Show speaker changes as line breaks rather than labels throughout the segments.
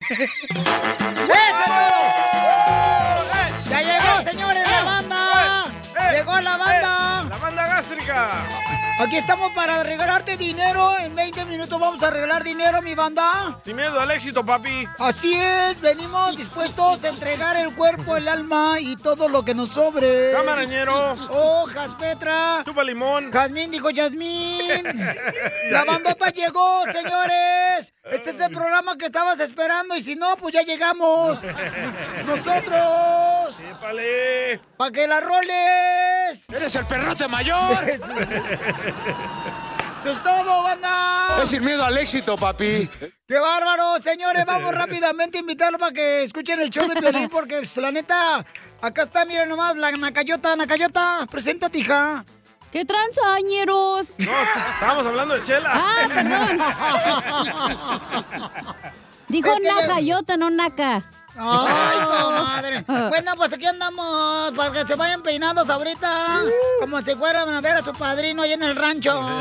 ¡Eso! ¡Ya llegó, señores, la
¡Eh,
banda! ¡Llegó la banda! ¡La banda gástrica! Aquí estamos para regalarte dinero. En 20 minutos vamos a regalar dinero, mi banda.
Sin miedo al éxito, papi.
Así es, venimos dispuestos a entregar el cuerpo, el alma y todo lo que nos sobre.
Camarañero.
Hojas, Petra.
Chupa limón.
Jazmín dijo Jazmín. La bandota llegó, señores. Este es el programa que estabas esperando y si no, pues ya llegamos. Nosotros.
¡Épale!
¡Para que la roles!
¡Eres el perrote mayor!
Eso es todo, banda.
Es sin miedo al éxito, papi.
¡Qué bárbaro, señores! Vamos rápidamente a invitarlos para que escuchen el show de Piolín porque pues, la neta, acá está, miren nomás, la Nacayota, Nacayota, preséntate, hija.
¿Qué transañeros?
No, estábamos hablando de chela.
Ah, Dijo naca, yota, no naca.
¡Ay, comadre! Bueno, pues aquí andamos para que se vayan peinados ahorita. Como si fueran a ver a su padrino ahí en el rancho.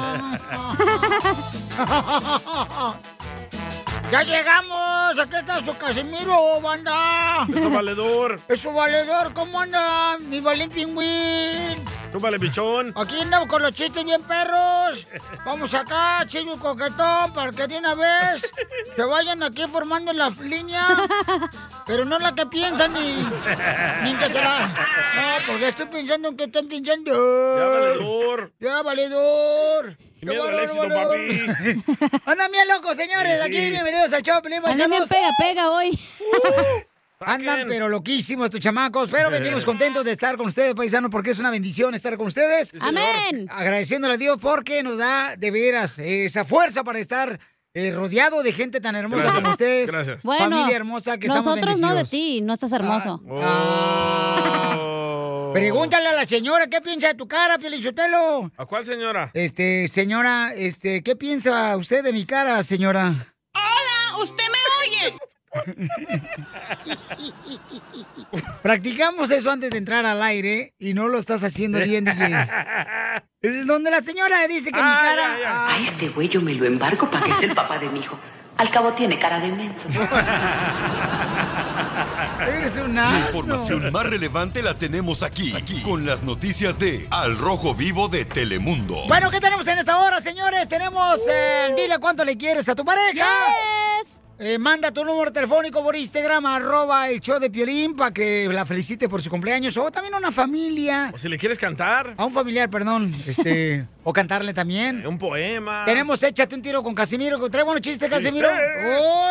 ¡Ya llegamos! ¡Aquí está su Casimiro, banda!
Es su valedor.
¡Es su valedor! ¿Cómo anda? ¡Mi balín pingüín!
Chúpale, pichón.
Aquí andamos con los chistes bien perros. Vamos acá, chino y coquetón, para que de una vez se vayan aquí formando la línea. Pero no la que piensan ni, ni que se la... No, porque estoy pensando en que están pensando.
Ya, valedor.
¡Ya, valedor!
Sin miedo al éxito, papi.
Andan bien locos, señores.
Sí.
Aquí, bienvenidos al show. Pelín,
Andan bien
paisanos.
pega,
Uh.
pega hoy.
Andan
Saquen.
pero loquísimos estos chamacos, pero venimos contentos de estar con ustedes, paisanos, porque es una bendición estar con ustedes.
señor.
Amén.
Agradeciéndole a Dios porque nos da de veras eh, esa fuerza para estar eh, rodeado de gente tan hermosa
Gracias,
como ustedes.
gracias.
Bueno,
familia hermosa que
nosotros
estamos
no de
bendecidos.
ti, no estás hermoso.
Oh.
Ah, Pregúntale a la señora qué piensa de tu cara, Pielichotelo.
¿A cuál señora?
Este, señora, este, ¿qué piensa usted de mi cara, señora?
Hola, ¿usted me oye?
Practicamos eso antes de entrar al aire y no lo estás haciendo bien, DJ. Donde la señora dice que mi
Ah,
cara.
ya, ya.
ah,
Ay, este güey yo me lo embarco para que sea el papá de mi hijo. Al cabo tiene cara de menso.
Eres un
La
asno.
información más relevante la tenemos aquí, aquí, con las noticias de Al Rojo Vivo de Telemundo.
Bueno, ¿qué tenemos en esta hora, señores? Tenemos el dile cuánto le quieres a tu pareja.
Yes.
Eh, manda tu número telefónico por Instagram, arroba el show de Piolín, para que la felicite por su cumpleaños. O también a una familia,
O si le quieres cantar,
a un familiar, perdón, este, o cantarle también.
eh, un poema.
Tenemos Échate un tiro con Casimiro, que trae buenos chistes, Casimiro.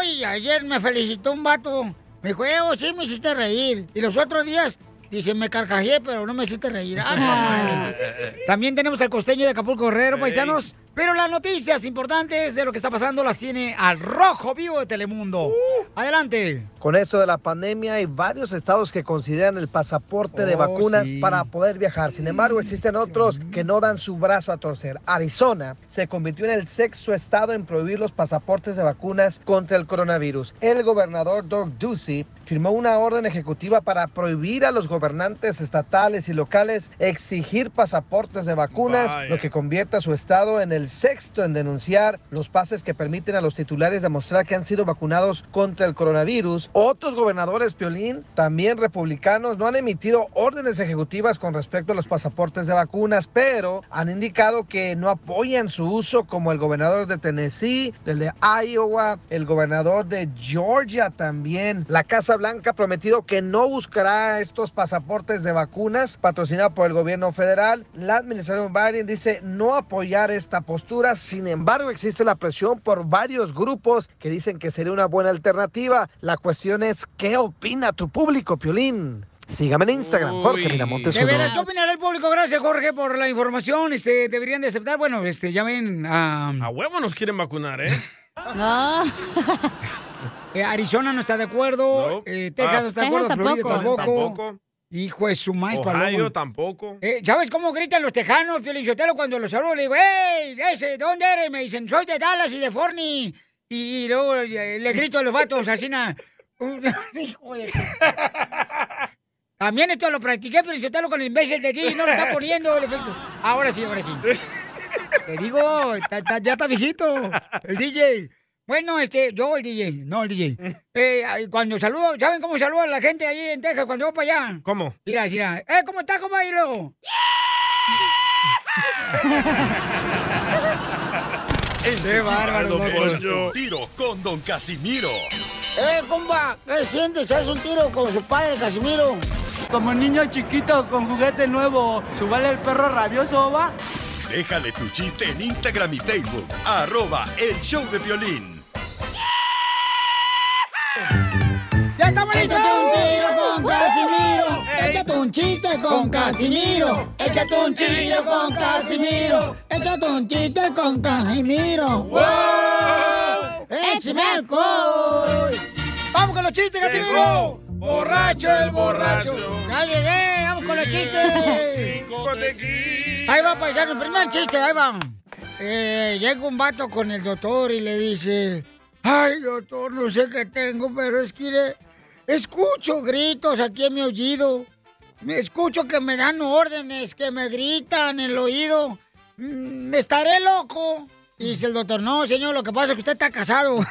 Uy, ayer me felicitó un vato. Me dijo, "Eh, oh, sí me hiciste reír. Y los otros días, dice, me carcajé, pero no me hiciste reír. Ah, comadre. También tenemos al costeño de Acapulco Guerrero,
Ey.
paisanos. Pero las noticias importantes de lo que está pasando las tiene al rojo vivo de Telemundo. Adelante.
Con esto de la pandemia hay varios estados que consideran el pasaporte de
Oh,
vacunas
sí.
para poder viajar. Sin embargo, existen otros que no dan su brazo a torcer. Arizona se convirtió en el sexto estado en prohibir los pasaportes de vacunas contra el coronavirus. El gobernador Doug Ducey firmó una orden ejecutiva para prohibir a los gobernantes estatales y locales exigir pasaportes de vacunas,
Vaya.
lo que convierte a su estado en el el sexto en denunciar los pases que permiten a los titulares demostrar que han sido vacunados contra el coronavirus. Otros gobernadores, Piolín, también republicanos, no han emitido órdenes ejecutivas con respecto a los pasaportes de vacunas, pero han indicado que no apoyan su uso, como el gobernador de Tennessee, el de Iowa, el gobernador de Georgia también. La Casa Blanca ha prometido que no buscará estos pasaportes de vacunas patrocinada por el gobierno federal. La administración Biden dice no apoyar esta postura. Sin embargo, existe la presión por varios grupos que dicen que sería una buena alternativa. La cuestión es qué opina tu público, Piolín. Sígame en Instagram, Jorge Miramontes.
De
uno.
veras, ¿qué opinará el público? Gracias, Jorge, por la información. Este, deberían de aceptar. Bueno, este, llamen a.
A huevo nos quieren vacunar, ¿eh?
No. Eh, Arizona no está de acuerdo. eh, Texas
Ah.
no está de acuerdo.
Texas
Florida
tampoco.
tampoco.
Tampoco.
Hijo de su maíz,
Ohio
Palomo.
tampoco.
Eh, ¿Sabes cómo gritan los tejanos, Pielichotelo, cuando los saludo? Le digo, ¡Ey! Ese, ¿Dónde eres? Me dicen, soy de Dallas y de Forney. Y, y luego eh, le grito a los vatos, así na- un- hijo de- También esto lo practiqué, Pielichotelo, con el imbécil de ti. y No lo está poniendo el efecto. Ahora sí, ahora sí. Te digo, ta- ta- ya está viejito, el DJ. Bueno, este, yo el DJ, no el DJ. Eh, ay, cuando saludo, ¿saben cómo saluda la gente ahí en Texas cuando voy para allá?
¿Cómo?
Mira, mira, eh, ¿cómo está, compa? Y luego.
Enseguida,
bárbaro,
Don
loco.
Poncho. un tiro con Don Casimiro.
¡Eh, compa! ¿Qué sientes? ¿Haz un tiro con su padre, Casimiro?
Como niño chiquito con juguete nuevo, ¿subale el perro rabioso va?
Déjale tu chiste en Instagram y Facebook. Arroba el show de violín.
¡Ya estamos listos!
Échate un tiro con Casimiro. Échate un chiste con Casimiro. Échate un tiro con Casimiro. Échate un chiste con Casimiro. ¡Wow! ¡Échame alcohol!
¡Vamos con los chistes, Casimiro! ¡Borracho el borracho! ¡Ya llegué! ¡Vamos con los chistes! Ahí va, paisano, primer chiste, ahí va. Eh, llega un vato con el doctor y le dice, ay, doctor, no sé qué tengo, pero es que eh, escucho gritos aquí en mi oído. Me escucho que me dan órdenes, que me gritan en el oído. Mm, ¿Me estaré loco? Y dice el doctor, no, señor, lo que pasa es que usted está casado.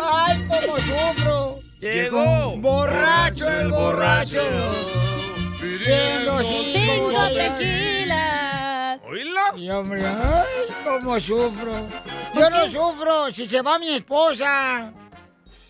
¡Ay, cómo sufro!
Llegó
borracho el borracho. Pidiendo
Cinco
tequilas. Y hombre, ay, cómo sufro. Yo no sufro si se va mi esposa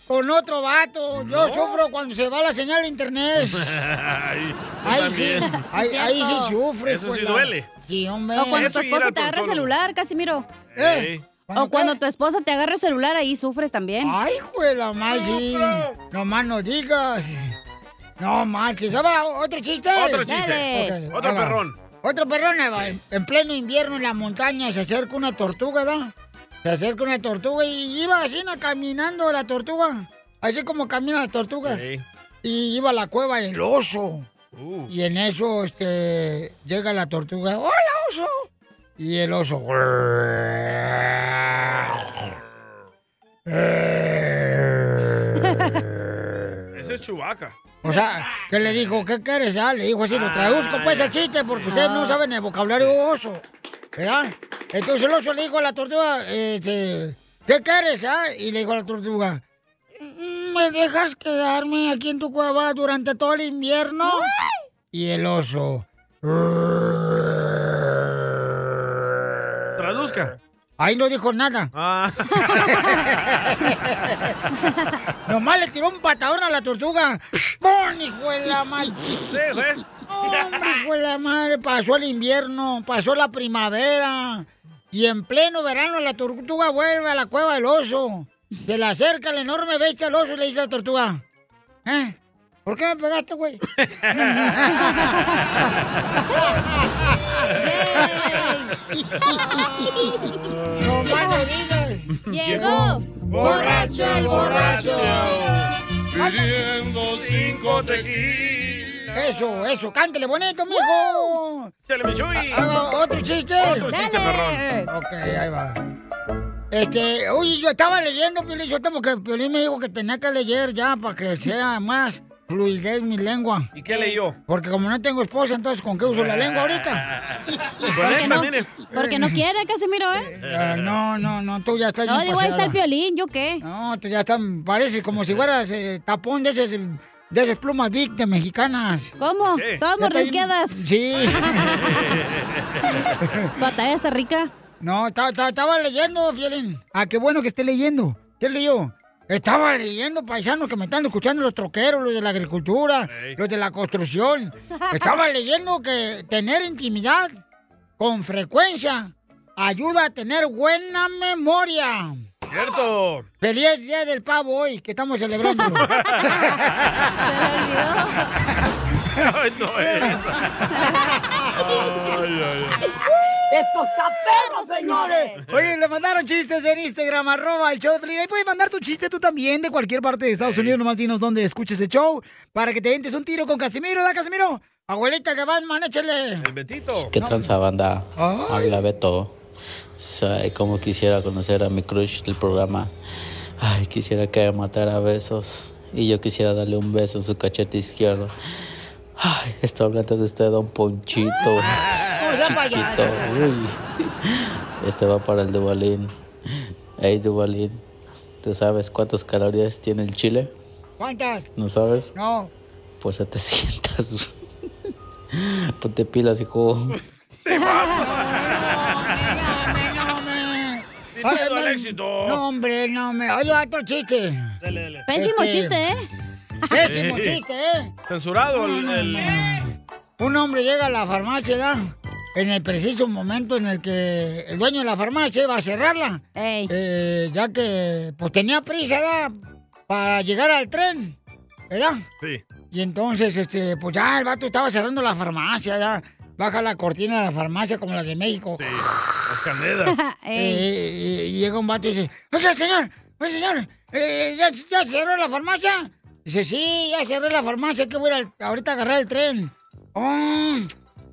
con otro vato. Yo sufro cuando se va la señal de internet.
Ay, yo
Ahí sí,
también.
ahí, ahí sí sufre.
Eso
pues,
sí
la-
duele.
Sí, hombre.
O cuando tu
Eso ir
esposa
al
te agarra el
odontólogo.
celular, Casimiro.
Ey.
O cuando tu esposa te agarra el celular, ahí sufres también.
Ay, güey, la más sí. No más no digas. No manches. Ahí va, otro chiste.
Otro chiste.
Dale.
Otro
Ahí va.
perrón.
Otro perrón, ahí va. En, en pleno invierno en la montaña se acerca una tortuga, ¿da? Se acerca una tortuga y iba así ¿no? caminando la tortuga. Así como caminan las tortugas. Y iba a la cueva del oso.
Uh.
Y en eso este, llega la tortuga. ¡Hola, oso! Y el oso.
Ese es Chubaca.
O sea, ¿qué le dijo? ¿Qué quieres? Ah, le dijo así, lo traduzco pues al chiste, porque ustedes no saben el vocabulario oso. ¿Verdad? Entonces el oso le dijo a la tortuga, este, ¿qué quieres? Ah? Y le dijo a la tortuga, "Mm, ¿me dejas quedarme aquí en tu cueva durante todo el invierno? Y el oso.
Traduzca.
Ahí no dijo nada. Nomás le tiró un patadón a la tortuga. ¡Pon, hijo de la madre! ¡Hombre, hijo de la madre! Pasó el invierno, pasó la primavera. Y en pleno verano la tortuga vuelve a la cueva del oso. Se le acerca la enorme bestia al oso y le dice a la tortuga. ¿Eh? ¿Por qué me pegaste, güey?
No
Llegó
borracho el borracho.
Pidiendo cinco tequilas.
Eso, eso, cántele bonito, mijo.
Telemechuy.
Ah, ah, Otro chiste.
Otro chiste, Dale. perrón.
Ok, ahí va. Este, uy, yo estaba leyendo, Piolín, yo tengo que Piolín me dijo que tenía que leer ya para que sea más fluidez mi lengua.
¿Y qué leyó? Ah,
Porque como no tengo esposa, entonces ¿con qué uso la lengua ahorita?
Porque no, porque no quiere, Casimiro, ¿eh?
Ah, no, no, no, tú ya estás
No,
bien
digo, ahí está el
paseada.
piolín, ¿yo qué?
No, tú ya estás, pareces como si fueras eh, tapón de esas, de esas plumas Vic de mexicanas.
¿Cómo?
¿Qué?
Todas
Ya estoy-
mordisqueadas.
Sí.
Batalla está rica.
No, ta- ta- estaba leyendo, Fielin. Ah, qué bueno que esté leyendo. ¿Qué leyó? Estaba leyendo, paisanos, que me están escuchando los troqueros, los de la agricultura,
Ey.
los de la construcción. Estaba leyendo que tener intimidad con frecuencia ayuda a tener buena memoria.
¡Cierto!
Feliz Día del Pavo hoy, que estamos celebrando.
Ay, no es. Ay, ay, ay.
¡Estos taperos, señores! Oye, le mandaron chistes en Instagram, arroba el show de Pelín. Ahí puedes mandar tu chiste tú también de cualquier parte de Estados Unidos. Nomás dinos dónde escuches el show para que te ventes un tiro con Casimiro, ¿da, Casimiro? Abuelita, que van, échale. El
Shh, ¿Qué tranza banda? Habla Beto. Ay, como quisiera conocer a mi crush del programa. Ay, quisiera que me matara a besos. Y yo quisiera darle un beso en su cachete izquierdo. Ay, estoy hablando de usted, don Ponchito.
sea payaso.
Chiquito. Uy. Este va para el Dubalín. Hey, Dubalín. ¿Tú sabes cuántas calorías tiene el chile?
¿Cuántas?
¿No sabes?
No.
Pues 700. Ponte pilas, hijo.
Sin miedo al éxito.
No, hombre, no me. Oye, otro chiste.
Dale, dale.
Pésimo
Este-
chiste, ¿eh?
Pésimo
Sí.
chiste, ¿eh?
Censurado el. el-
Un hombre llega a la farmacia, ¿da? En el preciso momento en el que el dueño de la farmacia iba a cerrarla. Eh, ya que pues tenía prisa, ¿da? Para llegar al tren, ¿verdad?
Sí.
Y entonces, este, pues ya el vato estaba cerrando la farmacia, ¿da? Baja la cortina de la farmacia como las de México.
Las canedas.
Eh, y- y llega un vato y dice, oiga, señor, oiga, señor, eh, ¿ya, ya cerró la farmacia? Dice, sí, ya cerré la farmacia, que voy a ir al- ahorita a agarrar el tren. Oh,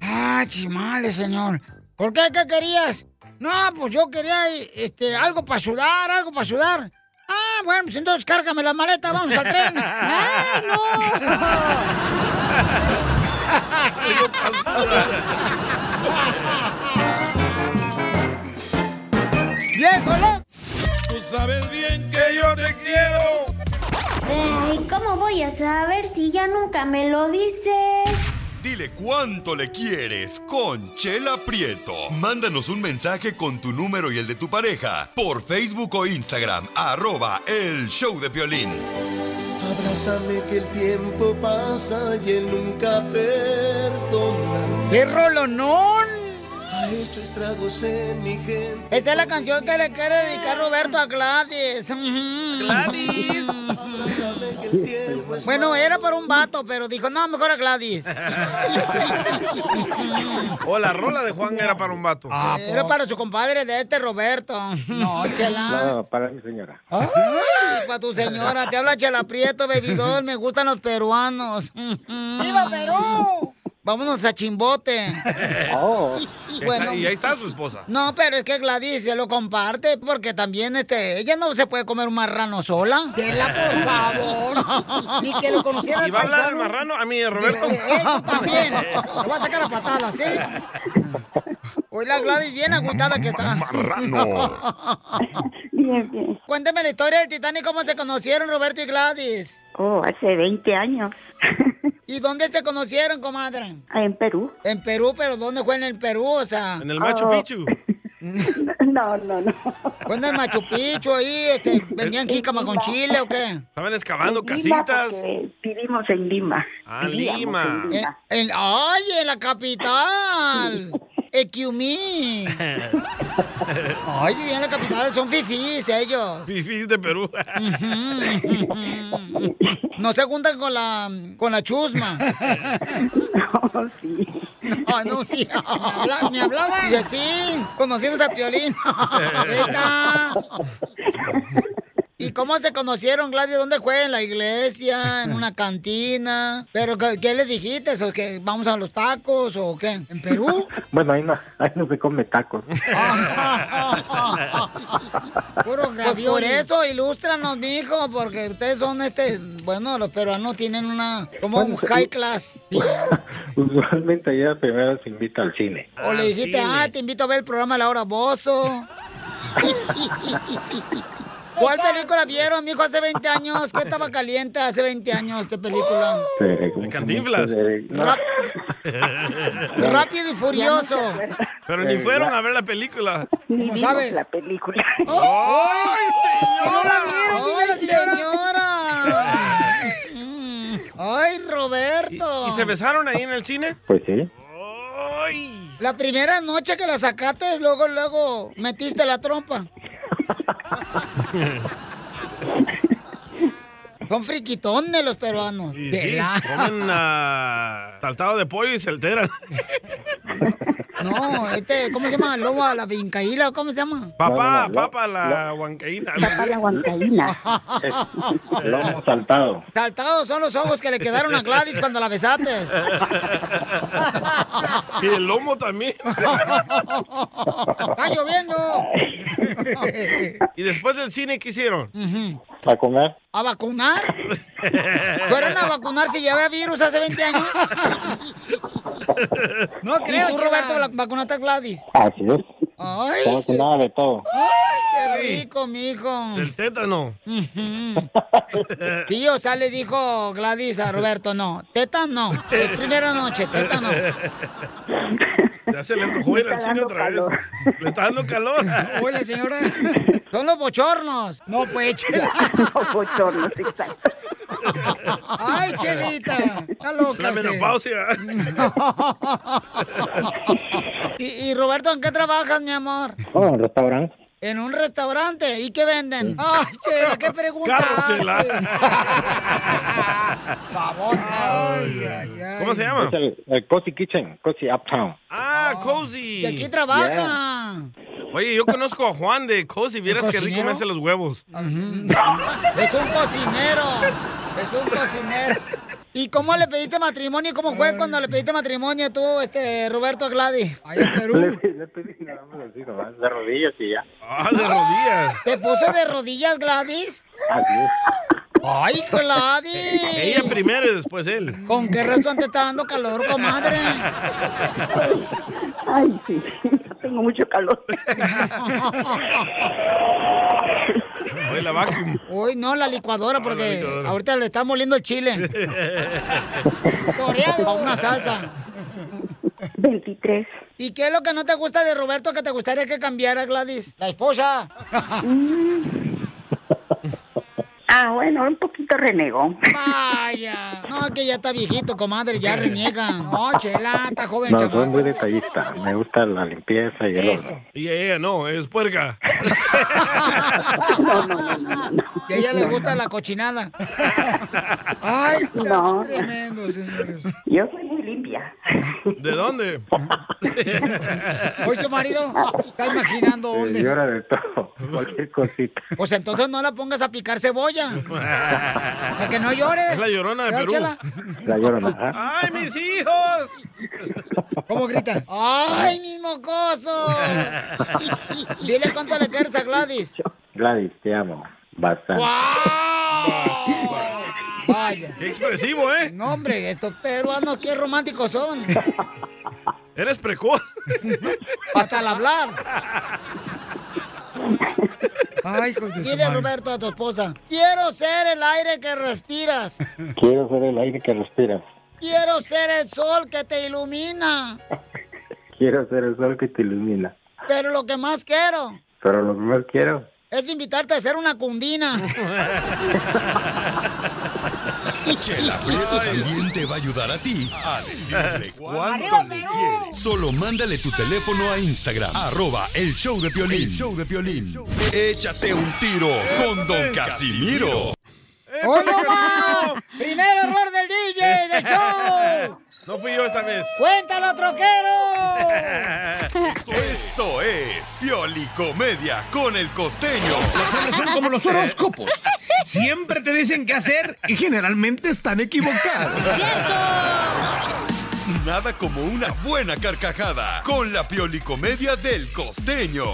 ah, chimales, señor. ¿Por qué? ¿Qué querías? No, pues yo quería eh, este, algo para sudar, algo para sudar. Ah, bueno, pues entonces cárgame la maleta, vamos al tren. ¡Ah, ¡Viejo
Tú sabes bien que yo te quiero.
Ay, ¿cómo voy a saber si ya nunca me lo dices?
Dile cuánto le quieres con Chela Prieto. Mándanos un mensaje con tu número y el de tu pareja por Facebook o Instagram, arroba el show de violín.
Abrázame que el tiempo pasa y él nunca perdona.
¡Qué rolonón!
Ha hecho estragos en mi gente.
Esta es la canción que le quiere dedicar Roberto a Gladys.
Pues
Gladys. bueno, era para un vato, pero dijo, no, mejor a Gladys.
O la rola de Juan era para un vato.
Era para su compadre de este Roberto. No, chela.
No, para mi señora.
Ay, para tu señora. Te habla Chela Prieto, bebidor. Me gustan los peruanos. ¡Viva Perú! Vámonos a Chimbote.
Oh.
Bueno.
y ahí está su esposa.
No, pero es que Gladys se lo comparte porque también este, ella no se puede comer un marrano sola.
Chela, por favor.
Ni que lo conociera
¿Y va a hablar el marrano? A mí, Roberto.
Eso también. Lo va a sacar a patadas, ¿eh? Hoy la Gladys bien agüitada que está.
Bien, bien.
Cuéntame la historia del Titanic, cómo se conocieron Roberto y Gladys.
Oh, hace 20 años
¿Y dónde se conocieron, comadre?
Ah, en Perú. Oh.
En Perú, pero ¿dónde fue en el Perú? O sea.
En el Machu Picchu.
No, no, no.
Fue en el Machu Picchu ahí, este, vendían jícama con chile o qué?
Estaban excavando
Pues
En Lima,
casitas.
porque Vivimos en Lima.
Ah,
Vivíamos
Lima.
en
Eh,
Lima.
En, en- ¡Ay, en la capital! ¡Equiumí! ¡Ay, vivían en la capital! Son fifís ellos.
Fifís de Perú.
No se juntan con la, con la chusma. No, sí. No, sí. Me, habla- me hablaban. Dice, sí, conocimos a Piolín. Neta. ¿Y cómo se conocieron, Gladys? ¿Dónde fue? ¿En la iglesia? ¿En una cantina? ¿Pero qué, qué le dijiste? ¿O que vamos a los tacos o qué? ¿En Perú? Ah,
Bueno, ahí no, ahí no se come tacos.
Puro
graviolis.
Pues, por eso, ilústranos, mijo, porque ustedes son este. Bueno, los peruanos tienen una. como un
Bueno, sí.
high class.
Usualmente allá primero se invita al cine.
O le dijiste, ah, te invito a ver el programa La Hora Bozo. ¿Cuál película vieron, mijo, hace 20 años? ¿Qué estaba caliente hace 20 años esta película?
Eh, ¿cómo se llama
Cantinflas.
este de- no,
Rápido y furioso.
Pero
Eh,
ni fueron a ver la película.
Ni ¿Cómo sabes? la
película.
¡Ay,
señora! Oh. ¡No la vieron! ¡Ay, señora! Mm. ¡Ay, Roberto!
¿Y se besaron ahí en el cine?
Pues sí.
La primera noche que la sacaste, luego, luego metiste la trompa. Son friquitones los peruanos.
Y
De
sí,
la-
comen ah, saltado de pollo y se alteran.
No, este, ¿cómo se llama? Lobo a la vincaíla, ¿cómo se llama?
Papá,
no, no,
papá, la huancaína.
Papá la guancaína.
Lomo saltado.
Saltados son los ojos que le quedaron a Gladys cuando la besaste.
y el lomo también.
¡Está lloviendo!
¿Y después del cine qué hicieron?
¿Para comer?
¿A vacunar? ¿Fueron a vacunar si ya había virus hace 20 años? No creo. ¿Y tú, Roberto, la vacunaste a Gladys?
Así es.
¡Ay!
Estaba con nada de todo.
¡Ay, qué rico, mijo!
Del tétano.
Tío, o sea, le dijo Gladys a Roberto, no, teta no, es primera noche, teta no.
Ya se le antojó ir al cine otra vez. Le está dando calor.
Hola, señora. Son los bochornos. No, pues, chela.
Los bochornos, exacto.
Ay, chelita. Está loca
La
usted.
menopausia.
Y, y, Roberto, ¿en qué trabajas, mi amor?
Oh, en restaurante.
En un restaurante. ¿Y qué venden? Ay, chela, qué pregunta.
Carro, chela. ¿Cómo se llama?
Es el, el Cozy Kitchen, Cozy Uptown.
Ah, Cozy.
Y aquí trabaja.
Oye, yo conozco a Juan de Cozy. Vieras
¿El
qué rico
cocinero?
me hace los huevos.
Es un cocinero. Es un cocinero. ¿Y cómo le pediste matrimonio? ¿Cómo fue cuando le pediste matrimonio tú, este, Roberto a Gladys? Allá en Perú.
Le, le pedí nada más así, nomás, de rodillas y ya.
Ah, de rodillas.
¿Te puso de rodillas, Gladys?
Así es.
¡Ay, Gladys!
Ella primero y después él.
¿Con qué razón te está dando calor, comadre?
Ay, sí, yo tengo mucho calor.
Oye, la vacuum.
Uy, no, la licuadora, porque ahorita le está moliendo el chile. Toreado. Pa' una salsa.
23.
¿Y qué es lo que no te gusta de Roberto que te gustaría que cambiara, Gladys? La esposa.
Mm. Ah, bueno, un poquito renegón.
Vaya. No, que ya está viejito, comadre, ya reniega. No, chela, está joven,
No,
chamaco.
soy muy detallista. Me gusta la limpieza y el horno.
Y ella no, es puerca.
Y a ella le gusta la cochinada. Ay,
No.
tremendo, señores.
Yo soy muy limpia.
¿De dónde?
Hoy su marido está imaginando
Se
dónde.
llora de todo, cualquier cosita.
Pues entonces no la pongas a picar cebolla. Para
Para
que no llores.
Es la llorona de
¿Verdad,
Perú.
Chela?
La llorona. ajá.
¡Ay, mis hijos!
¿Cómo grita? ¡Ay, mis mocosos! Dile cuánto le quieres a Gladys.
Gladys, te amo. Bastante.
Vaya.
¡Qué expresivo, eh!
No, hombre, estos peruanos qué románticos son.
Eres precoz.
Hasta al hablar. Ay, de Dile, Roberto, a tu esposa. Quiero ser el aire que respiras.
Quiero ser el aire que respiras.
Quiero ser el sol que te ilumina.
Quiero ser el sol que te ilumina.
Pero lo que más quiero
Pero lo que más quiero.
es invitarte a hacer una cundina.
Chela Prieto también te va a ayudar a ti a decirle cuánto le quieres. Solo mándale tu teléfono a Instagram, arroba el show de Piolín. show de Piolín. Échate un tiro con Don Casimiro.
¡Oh, no más! ¡Primer error del DJ del ¡Eh, show!
No fui yo esta vez.
¡Cuéntalo, troquero!
Esto es Pioli Comedia con el costeño.
son como los horóscopos. Siempre te dicen qué hacer y generalmente están equivocados.
Nada como una buena carcajada con la Pioli Comedia del costeño.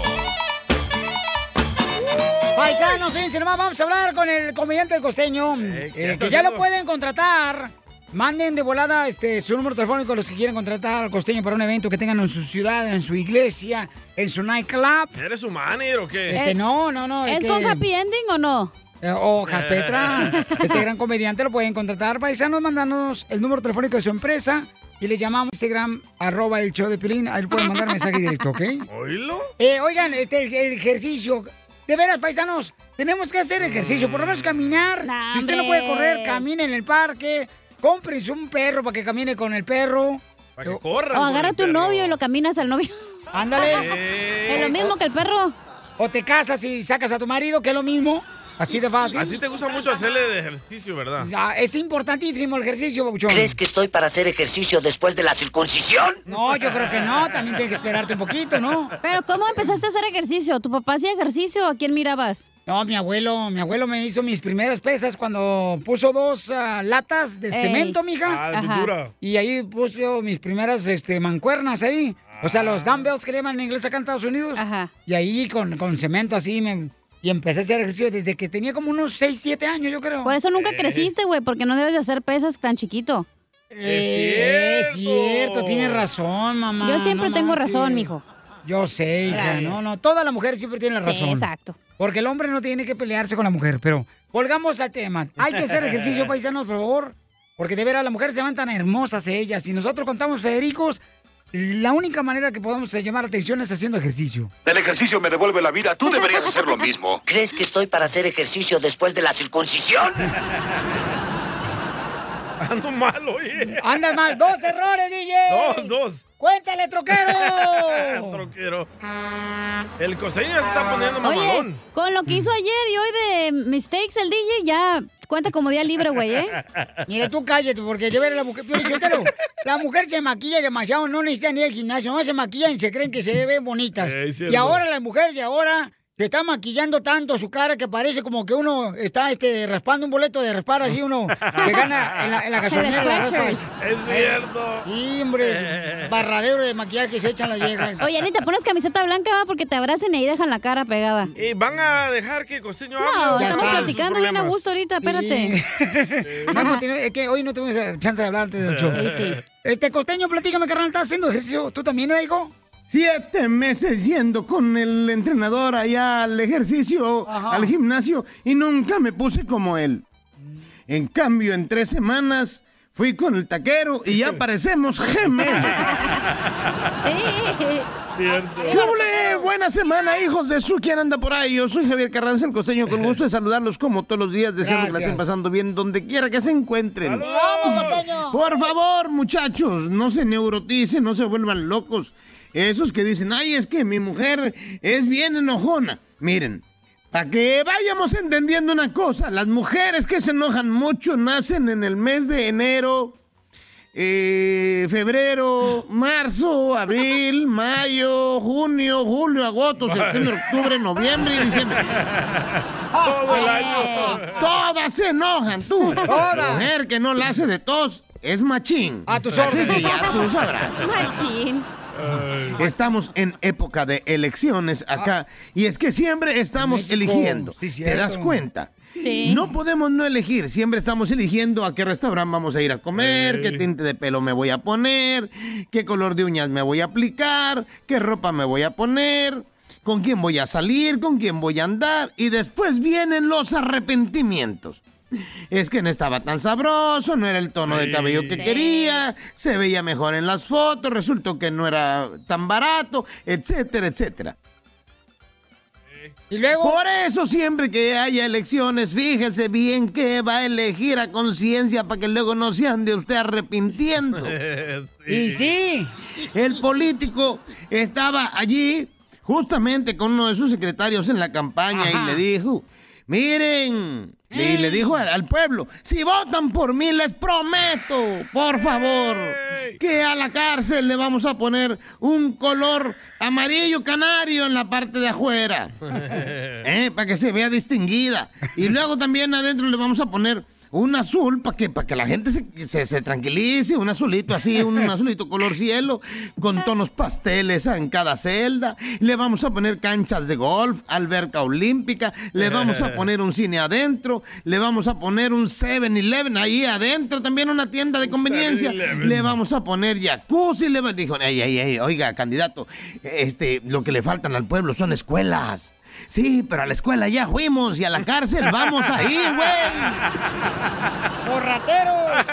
Paisanos, fíjense nomás, vamos a hablar con el comediante El Costeño.
Eh, ¿qué
eh,
está
que ya lo
haciendo?
pueden contratar. Manden de volada este, su número telefónico a los que quieren contratar al costeño para un evento que tengan en su ciudad, en su iglesia, en su nightclub.
¿Eres su manager o
Eh.
qué?
Este, no, no, no.
¿Es con happy
ending o no? Hojas Petra, este gran comediante lo pueden contratar. Paisanos, mandándonos el número telefónico de su empresa y le llamamos Instagram, arroba el show de Pilín. Ahí le pueden mandar mensaje directo, ¿ok?
¿Oílo?
Eh, oigan, este, el, el ejercicio. De veras, paisanos, tenemos que hacer ejercicio. Por lo menos caminar. si usted no
hombre.
puede correr, camine en el parque. Cómprense un perro para que camine con el perro.
Para que corra.
Oh,
O agarra a tu novio y lo caminas al novio.
Ándale.
Eh,
Es lo mismo
que el perro. O te casas y sacas a tu marido, que es lo mismo. Así de fácil.
A ti te gusta mucho hacerle de ejercicio, ¿verdad?
Ah, es importantísimo el ejercicio, Bauchón.
¿Crees que estoy para hacer ejercicio después de la circuncisión?
No, yo creo que no. También tienes que esperarte un poquito, ¿no?
Pero ¿cómo empezaste a hacer ejercicio? ¿Tu papá hacía ejercicio o a quién mirabas?
No, mi abuelo, mi abuelo me hizo mis primeras pesas cuando puso dos ah, latas de
Ey.
cemento, mija.
Ah, de Ajá. pintura.
Y ahí puso mis primeras este, mancuernas ahí. O sea, los
Ah.
dumbbells que le llaman en inglés acá en Estados Unidos. Y ahí con, con cemento así me- y empecé a hacer ejercicio desde que tenía como unos 6, 7 años, yo creo.
Por eso nunca creciste, güey, porque no debes de hacer pesas tan chiquito.
Eh, Es cierto, tienes razón, mamá.
Yo siempre
no
tengo
manches.
razón, mijo.
Yo sé, hija,
Gracias.
no, no, toda la mujer siempre tiene la
Sí,
razón.
exacto.
Porque el hombre no tiene que pelearse con la mujer, pero volvamos al tema. Hay que hacer ejercicio, paisanos, por favor, porque de veras las mujeres se van tan hermosas ellas. Y nosotros contamos Federicos, la única manera que podamos eh, llamar atención es haciendo ejercicio.
El ejercicio me devuelve la vida. Tú deberías hacer lo mismo. ¿Crees que estoy para hacer ejercicio después de la circuncisión?
Ando mal, oye.
Andas mal, dos errores, DJ.
Dos, dos.
Cuéntale, troquero.
Troquero. El costeño se está poniendo
Oye,
mamalón.
con lo que hizo ayer y hoy de mistakes el DJ, ya cuenta como día libre, güey, ¿eh?
Mira, tú cállate, porque de ver la mujer, Pio Lichotero, la mujer se maquilla demasiado, no necesita ni el gimnasio, no se maquillan y se creen que se ven bonitas.
Eh, es cierto.
y ahora la mujer de ahora se está maquillando tanto su cara que parece como que uno está este, raspando un boleto de raspar así uno que gana en la, en la gasolinera. la raspa.
Es cierto.
Sí, hombre, barradero de maquillaje que se echan las viejas.
Oye, ni te pones camiseta blanca, va, porque te abracen y ahí dejan la cara pegada.
Y van a dejar que Costeño hable.
No,
Ya
estamos
está.
platicando bien a gusto ahorita, espérate.
No, no, tiene- es que hoy no tuvimos eh, chance de hablar antes del show.
Sí, sí.
Este, Costeño, platícame, carnal, ¿estás haciendo ejercicio? ¿Tú también, eh, hijo?
Siete meses yendo con el entrenador allá al ejercicio, al gimnasio, y nunca me puse como él. En cambio, en tres semanas fui con el taquero y
Este.
ya parecemos gemelos.
Sí.
¿Qué ole? Buena semana, hijos de su. ¿Quién anda por ahí? Yo soy Javier Carranza, el costeño, con gusto de saludarlos como todos los días, deseando que la
Gracias.
estén pasando bien donde quiera que se encuentren.
¡Vamos, costeño!
Por favor, muchachos, no se neuroticen, no se vuelvan locos. Esos que dicen, ay, es que mi mujer es bien enojona. Miren, para que vayamos entendiendo una cosa, las mujeres que se enojan mucho nacen en el mes de enero, eh, febrero, marzo, abril, mayo, junio, julio, agosto, septiembre, octubre, noviembre y diciembre.
Todo el año.
Todas se enojan, tú.
Todas.
Mujer que no la hace de tos es machín. A
tus
Así
órdenes.
que ya tú sabrás.
Machín.
Estamos en época de elecciones acá y es que siempre estamos
Ah. México.
eligiendo.
Sí,
¿Te das
cierto.
cuenta?
Sí.
No podemos no elegir, siempre estamos eligiendo a qué restaurante vamos a ir a comer, qué tinte de pelo me voy a poner, qué color de uñas me voy a aplicar, qué ropa me voy a poner, con quién voy a salir, con quién voy a andar y después vienen los arrepentimientos. Es que no estaba tan sabroso, no era el tono de cabello que
Sí.
quería, se veía mejor en las fotos, resultó que no era tan barato, etcétera, etcétera.
Y luego.
Por eso siempre que haya elecciones, fíjese bien que va a elegir a conciencia para que luego no se ande usted arrepintiendo.
Y
sí, el político estaba allí justamente con uno de sus secretarios en la campaña y le dijo, miren, y le dijo al, al pueblo, si votan por mí les prometo, por favor, que a la cárcel le vamos a poner un color amarillo canario en la parte de afuera. ¿eh? Para que se vea distinguida. Y luego también adentro le vamos a poner un azul para que, para que la gente se, se- se tranquilice, un azulito así, un azulito color cielo, con tonos pasteles en cada celda. Le vamos a poner canchas de golf, alberca olímpica, le vamos a poner un cine adentro, le vamos a poner un 7-Eleven ahí adentro, también una tienda de conveniencia,
7-Eleven.
le vamos a poner jacuzzi, le va- dijo, "Ey, ey, ey, oiga, candidato, este, lo que le faltan al pueblo son escuelas. Sí, pero a la escuela ya fuimos y a la cárcel vamos a ir, güey.
¡Por ratero!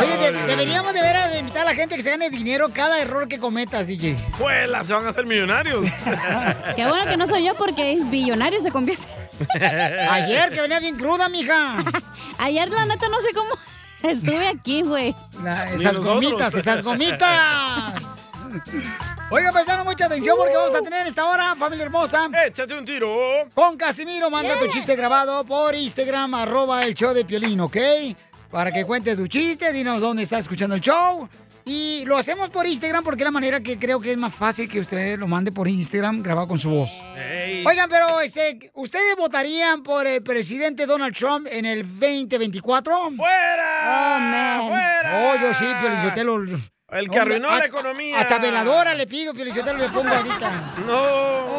Oye, de- deberíamos de ver a de invitar a la gente que se gane dinero cada error que cometas, DJ.
¡Juela! Se van a hacer millonarios.
Qué bueno que no soy yo porque billonario se convierte.
Ayer, que venía bien cruda, mija.
Ayer, la neta, no sé cómo estuve aquí, güey.
esas gomitas, esas gomitas. Oiga, paisano, mucha atención porque vamos a tener en esta hora, familia hermosa.
Échate un tiro.
Con Casimiro, manda tu chiste grabado por Instagram, arroba el show de Piolín, ¿ok? Para que cuentes tu chiste, dinos dónde estás escuchando el show. Y lo hacemos por Instagram porque es la manera que creo que es más fácil que usted lo mande por Instagram grabado con su voz. Oigan, pero este, ¿ustedes votarían por el presidente Donald Trump en el 2024? ¡Fuera! Oh, man. Oh, yo sí, Piolichotelo.
El que arruinó la economía.
Hasta veladora le pido, Piolichotelo, le pongo ahorita. No.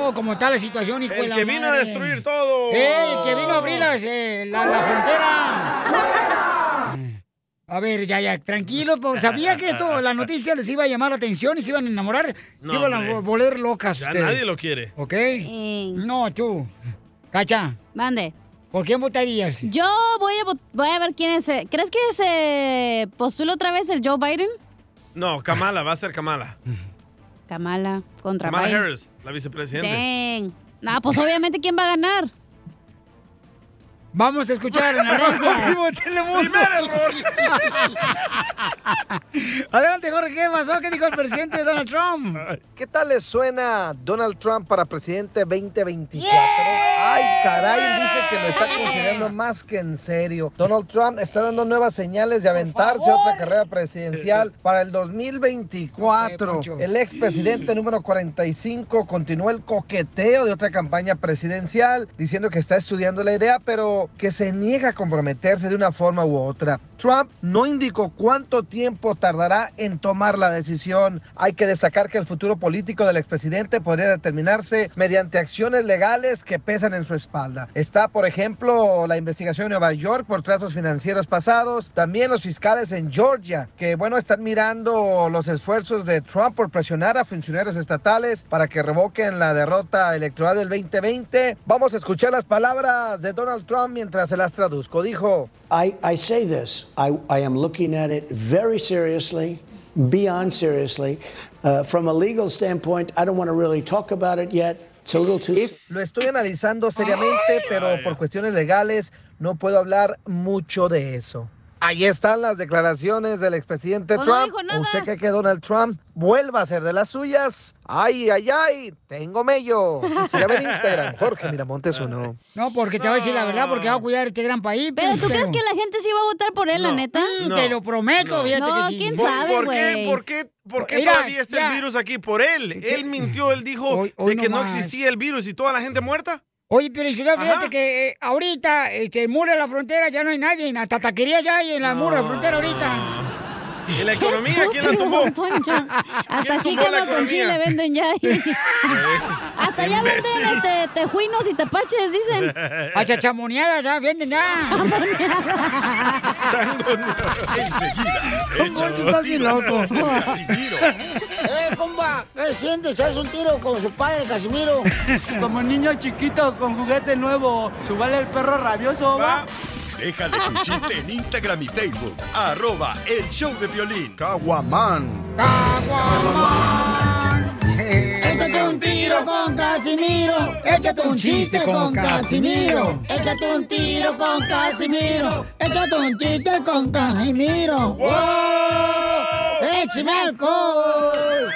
Oh, como está la situación, hijo de
El
la
que vino a
madre.
destruir todo.
¡Ey, que vino a abrir las, eh, la, la frontera! A ver, ya, ya, tranquilos. por- Sabía que esto, la noticia les iba a llamar la atención y se iban a enamorar.
No,
se iban a
hombre.
vo- volver locas
Ya
ustedes.
nadie lo quiere.
¿Ok? No, tú. Cacha.
Mande.
¿Por quién votarías?
Yo voy a, vot- voy a ver quién es. eh, ¿Crees que se postula otra vez el Joe Biden?
No, Kamala, va a ser Kamala.
Kamala contra
Kamala
Biden.
Harris, la vicepresidenta.
Dang. Nah, pues obviamente quién va a ganar.
Vamos a escuchar en Arroz
Gracias.
en Vivo de Telemundo.
Primer error.
Adelante, Jorge, ¿qué pasó? ¿Qué dijo el presidente Donald Trump?
¿Qué tal les suena Donald Trump para presidente 2024? Ay, caray, él dice que lo está considerando más que en serio. Donald Trump está dando nuevas señales de aventarse a otra carrera presidencial para el 2024. El expresidente número 45 continuó el coqueteo de otra campaña presidencial, diciendo que está estudiando la idea, pero que se niega a comprometerse de una forma u otra. Trump no indicó cuánto tiempo tardará en tomar la decisión. Hay que destacar que el futuro político del expresidente podría determinarse mediante acciones legales que pesan en su espalda. Está, por ejemplo, la investigación en Nueva York por tratos financieros pasados, también los fiscales en Georgia, que bueno, están mirando los esfuerzos de Trump por presionar a funcionarios estatales para que revoquen la derrota electoral del 2020. Vamos a escuchar las palabras de Donald Trump mientras se las traduzco. Dijo,
I, I say this, I, I am looking at it very seriously, beyond seriously. Uh, from a legal standpoint, I don't want to really talk about it yet. It's a little too.
Lo estoy analizando seriamente, pero por cuestiones legales no puedo hablar mucho de eso. Ahí están las declaraciones del expresidente
Pues no
Trump.
dijo nada.
¿Usted cree que Donald Trump vuelva a ser de las suyas? Ay, ay, ay, tengo mello. Sígame en Instagram, Jorge Miramontes uno.
No, porque te voy a decir la verdad, porque va a cuidar este gran país.
Pero tú crees que la gente sí va a votar por él, la neta.
No. Mm, Te lo prometo,
No,
fíjate que sí.
quién
¿Por-
sabe,
por
güey.
qué?
¿Por qué, por qué
Mira,
todavía está
ya.
el virus aquí? Por él. Él mintió, él dijo
Hoy- hoy
de que no
nomás.
existía el virus y toda la gente muerta.
Oye, pero yo ya fíjate
Ajá.
que eh, ahorita este, el muro de la frontera ya no hay nadie. En la taquería ya hay en la muro de la frontera ahorita.
¿Y la economía quién la tumbó?
Hasta aquí
tumbó
como
la
con
economía?
chile venden ya. Hasta ya venden este, tejuinos y tepaches, dicen.
Hasta chamoneadas ya venden ya.
Estás bien loco. Casimiro.
¡Eh, comba! ¿Qué sientes? ¿Haz un tiro con su padre, Casimiro?
Como niño chiquito con juguete nuevo, subale el perro rabioso, va.
Déjale tu chiste en Instagram y Facebook. Arroba el show de violín. Caguaman.
Échate un tiro con Casimiro. Échate un chiste con Casimiro. Échate un tiro con Casimiro. Échate un chiste con Casimiro. ¡Wow!
¡Échame alcohol!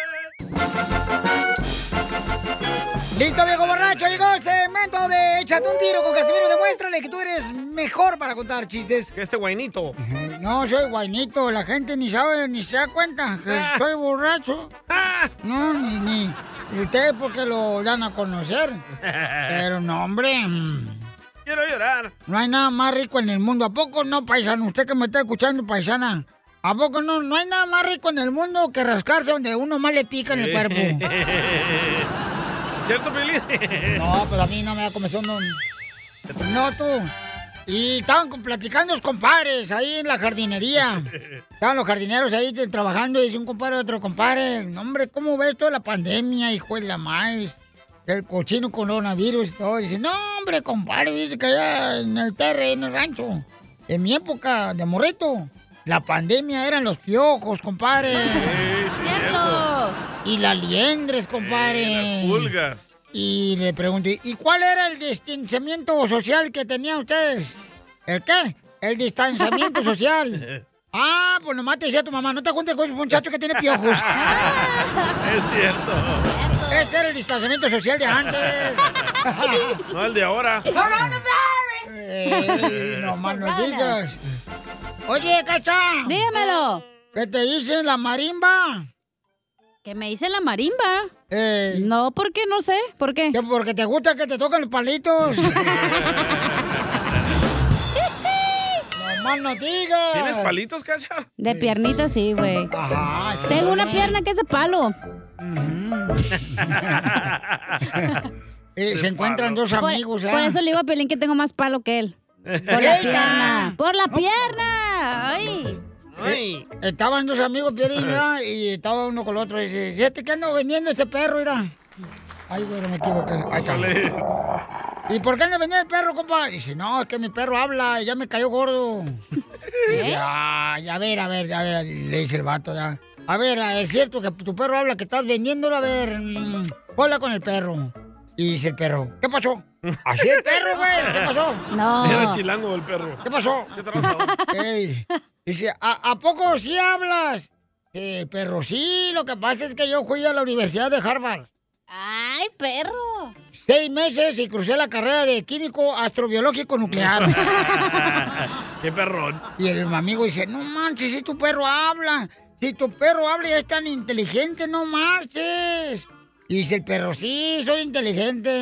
Listo, viejo borracho, llegó el segmento de Échate un tiro con Casimiro. Demuéstrale que tú eres mejor para contar chistes.
Que este guainito.
No, soy guainito.
Ah.
La gente ni sabe ni se da cuenta que soy borracho. No, ni, ni, Y ustedes porque lo dan a conocer. Pero no, hombre. mm,
Quiero llorar.
No hay nada más rico en el mundo. ¿A poco no, paisano? Usted que me está escuchando, paisana. ¿A poco no? No hay nada más rico en el mundo que rascarse donde uno más le pica en el cuerpo.
¿Cierto, Pili?
No, pues a mí no me da comezón. No, no tú. Y estaban con- platicando los compadres ahí en la jardinería. Estaban los jardineros ahí de- trabajando y dice un compadre a otro compadre, "No, hombre, ¿cómo ves toda la pandemia, hijo de la maíz? El cochino coronavirus y todo. Dice, no, hombre, compadre, dice que allá en el terre, en el rancho, en mi época de morrito, la pandemia eran los piojos, compadre.
¡Cierto!
Y las liendres, compadre.
Las pulgas.
Y le pregunté, ¿y cuál era el distanciamiento social que tenían ustedes? ¿El qué? El distanciamiento social. Ah, pues nomás te decía tu mamá, no te juntes con ese muchacho que tiene piojos.
es cierto.
Ese Este era el distanciamiento social de antes.
No el de ahora.
Ey, no más no digas. Oye, Cacha.
Dígamelo.
¿Qué te dice la marimba?
¿Qué me dice la marimba?
No, porque no sé. ¿Por qué? Porque te gusta que te toquen los palitos. no más no digas.
¿Tienes palitos, Cacha?
De piernita sí, güey.
Ajá.
Tengo una pierna que es de palo.
Eh, se encuentran dos
Por-
amigos.
Por,
¿ah?
eso le digo a Pelín que tengo más palo que él. Por la
Ey,
pierna. Por la pierna. Ay.
Eh, estaban dos amigos, Piolín, ¿verdad? y estaba uno con el otro. Y dice, fíjate que ando vendiendo este perro, mira. Ay, güey, me equivoqué. Ahí está. ¿Y por qué anda vendiendo el perro, compa? dice, no, es que mi perro habla y ya me cayó gordo.
¿Eh?
Dice, ay, a ver, a ver, a ver, le dice el vato, ya. A ver, es cierto que tu perro habla, que estás vendiéndolo, a ver, mm, hola con el perro. Y dice el perro, ¿qué pasó? Así el perro, güey, ¿qué pasó?
Era chilango el perro.
¿Qué pasó? ¿Qué Ey. Dice, ¿a, a poco sí hablas? Eh, perro, sí, lo que pasa es que yo fui a la Universidad de Harvard.
Ay, perro.
Seis meses y crucé la carrera de químico astrobiológico nuclear.
Qué perrón.
y el amigo dice, no manches, si tu perro habla, si tu perro habla y es tan inteligente, no marches. Y dice el perro, sí, soy inteligente.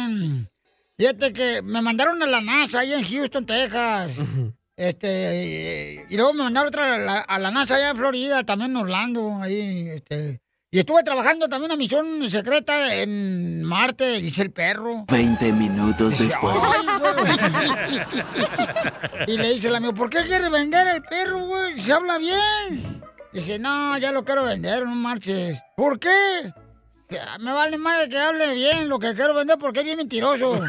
Fíjate que me mandaron a la NASA allá en Houston, Texas. Este, eh, y luego me mandaron otra a la, a la NASA allá en Florida, también en Orlando, ahí, este. Y estuve trabajando también una misión secreta en Marte, dice el perro.
20 minutos después.
"Ah".
Y le dice el amigo, ¿por qué quiere vender el perro, güey? Se habla bien. Dice, no, ya lo quiero vender, no marches. ¿Por qué? Me vale más que hable bien lo que quiero vender porque es bien mentiroso.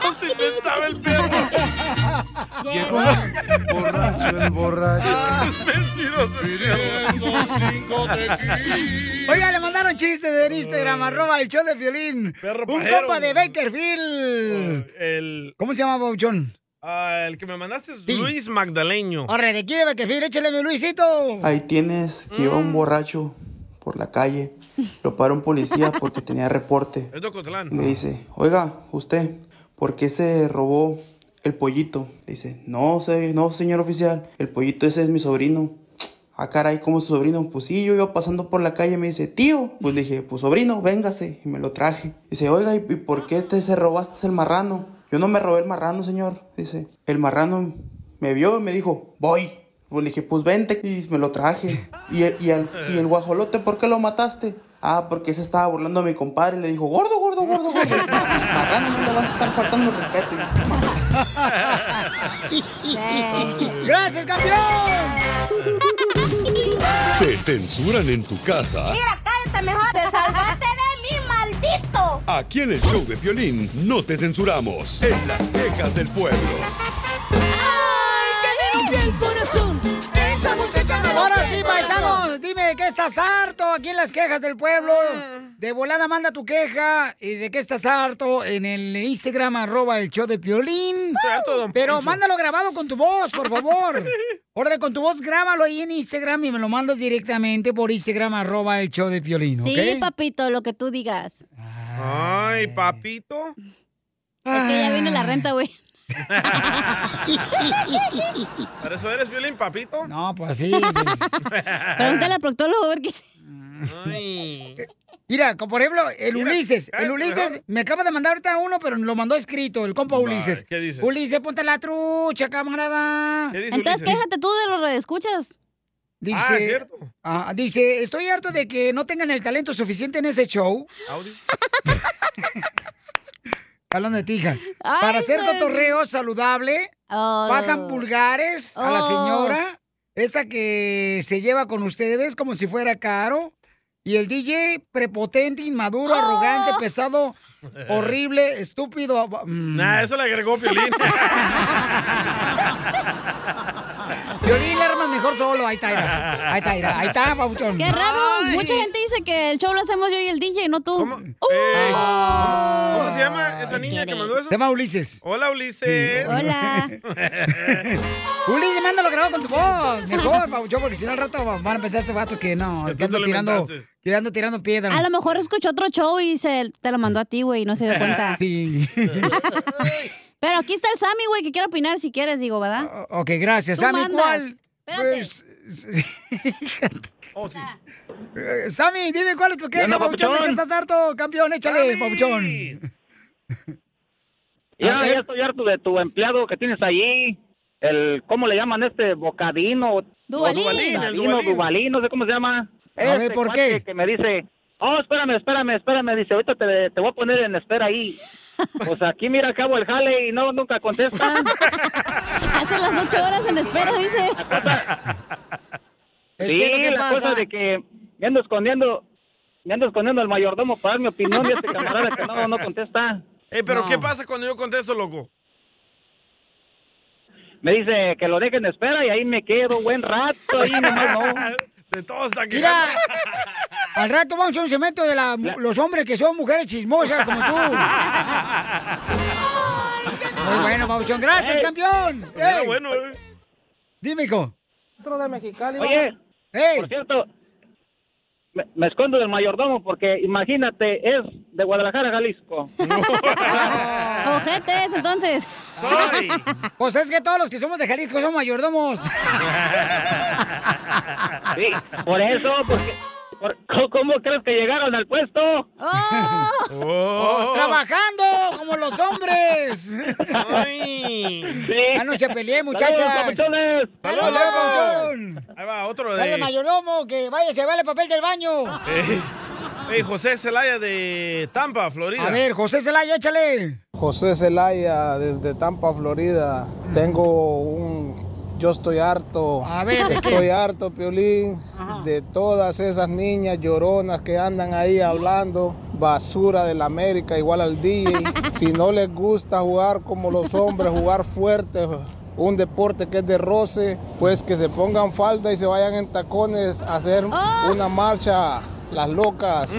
Todos inventaba el perro.
Llegó
borracho el borracho. Es mentiroso.
Oiga, le mandaron chistes en Instagram, arroba el show de violín. Un
pajero.
copa de Bakerfield.
El,
¿Cómo se llama, Bouchón?
ah, el que me mandaste es Luis Magdaleño.
Corre, de aquí de Bakerfield, échale mi Luisito.
Ahí tienes que
Mm.
iba un borracho por la calle, lo para un policía porque tenía reporte.
Es de Ocotlán.
Le dice, oiga, usted, ¿por qué se robó el pollito? Le dice, no, sé, no, señor oficial, el pollito ese es mi sobrino. Ah, caray, ¿cómo es su sobrino? Pues sí, yo iba pasando por la calle y me dice, tío. Pues le dije, pues sobrino, véngase. Y me lo traje. Dice, oiga, ¿y y por qué te se robaste el marrano? Yo no me robé el marrano, señor. Dice, el marrano me vio y me dijo, voy. Pues le dije, pues vente. Y me lo traje. Y el, y al- y el guajolote, ¿por qué lo mataste? Ah, porque se estaba burlando a mi compadre y le dijo, gordo, gordo, gordo, gordo. Marrano, no le vas a estar faltando el respeto.
¡Gracias, campeón!
Te censuran en tu casa.
cállate mejor. Te salvaste de mí, maldito.
Aquí en el show de violín no te censuramos. En las quejas del pueblo.
¡Ay, que el corazón! ¡Esa muchacha
Ahora sí, paisanos, dime de qué estás harto aquí en las quejas del pueblo. De volada manda tu queja y de qué estás harto en el Instagram arroba el show de Piolín. Pero mándalo grabado con tu voz, por favor. Órale, con tu voz grábalo ahí en Instagram y me lo mandas directamente por Instagram arroba el show de Piolín, ¿ok?
Sí, papito, lo que tú digas.
Ay, papito.
Es que ya viene la renta, güey.
¿Para eso eres violín, papito?
No, pues sí.
Pregúntale al proctólogo a ver qué
Mira, como por ejemplo, el
Mira,
Ulises.
cállate,
El Ulises
mejor.
me acaba de mandar ahorita uno, pero lo mandó escrito, el compa
Vale,
Ulises.
¿qué dice?
Ulises, ponte la trucha, camarada.
dice Entonces, Ulises? quéjate
tú de los redescuchas. Dice,
Ah, cierto.
ah, dice, estoy harto de que no tengan el talento suficiente en ese show. Hablando de tija.
Ay,
Para hacer
güey.
cotorreo saludable, pasan vulgares a la
Oh.
señora, esa que se lleva con ustedes como si fuera caro, y el DJ prepotente, inmaduro,
Oh.
arrogante, pesado, horrible, estúpido. mm.
Nah, eso le agregó Piolín.
Violín la armas mejor solo, ahí está, mira. ahí está, mira. ahí está, Pauchón.
Qué raro,
Ay.
mucha gente dice que el show lo hacemos yo y el DJ, no tú.
Ey, ¿Cómo cómo se llama esa niña que mandó eso?
Se llama Ulises.
Hola, Ulises.
Hola.
Ulises, mándalo grabado con tu voz. Mejor, Pauchón, porque si no al rato van a empezar estos vatos que no, que andan tirando, tirando, tirando piedras.
A lo mejor escuchó otro show y se te lo mandó a ti, güey, y no se dio cuenta.
Sí.
Pero aquí está el Sammy, güey, que quiere opinar si quieres, digo, ¿verdad?
Ok, gracias.
Tú
Sammy,
mandas.
¿cuál?
Espérate.
Oh,
Eh, Sammy, dime cuál es tu
¿Qué
queja,
onda,
Pauchón, de que
papuchón?
estás harto, campeón, échale, Pauchón.
Ya,
Ah,
A ver.
ya estoy harto de tu empleado que tienes allí. El, ¿Cómo le llaman este? Bocadino.
Duvalín.
O
Duvalín, el
Duvalín,
Duvalín.
Duvalín, no sé cómo se llama.
A ver,
Ese
¿por
cuate
qué?
Que me dice, oh, espérame, espérame, espérame. Dice, ahorita te, te voy a poner en espera ahí. Pues aquí mira, acabo el jale y no, nunca contesta.
Hace las ocho horas en espera, dice. Es
sí,
que lo que
la
pasa-
cosa de que me ando escondiendo, me ando escondiendo al mayordomo para dar mi opinión de este camarada que no, no contesta.
Ey, Eh, pero
No.
¿qué pasa cuando yo contesto, loco?
Me dice que lo dejen en espera y ahí me quedo buen rato, ahí nomás no.
De todos está que.
Mira, al rato vamos a un cemento de la- los hombres que son mujeres chismosas como tú. Muy bueno, Pauchón, gracias,
Ey.
campeón.
Era
Ey.
bueno, eh.
Dime, hijo.
Centro de Mexicali.
va-
Oye, por cierto, me, me escondo del mayordomo porque imagínate, es de Guadalajara, Jalisco.
Ojetes, entonces.
Pues es que todos los que somos de Jalisco somos mayordomos.
Sí, por eso, porque, por- ¿cómo- ¿cómo crees que llegaron al puesto?
Oh, ¡Trabajando como los hombres! Anoche peleé, muchachas.
¡Saludos,
¡Saludos, papuchón!
Ahí va, otro de.
Dale, mayordomo, que vaya, se va el papel del baño.
Ey, ey, José Celaya de Tampa, Florida.
A ver, José Zelaya, échale.
José Zelaya, desde Tampa, Florida. Tengo un. Yo estoy harto.
A ver, ¿de qué?
Estoy harto, Piolín, de todas esas niñas lloronas que andan ahí hablando. Basura del América, igual al DJ. si no les gusta jugar como los hombres, jugar fuerte. Un deporte que es de roce, pues que se pongan falda y se vayan en tacones a hacer
¡Ah!
una marcha, las locas.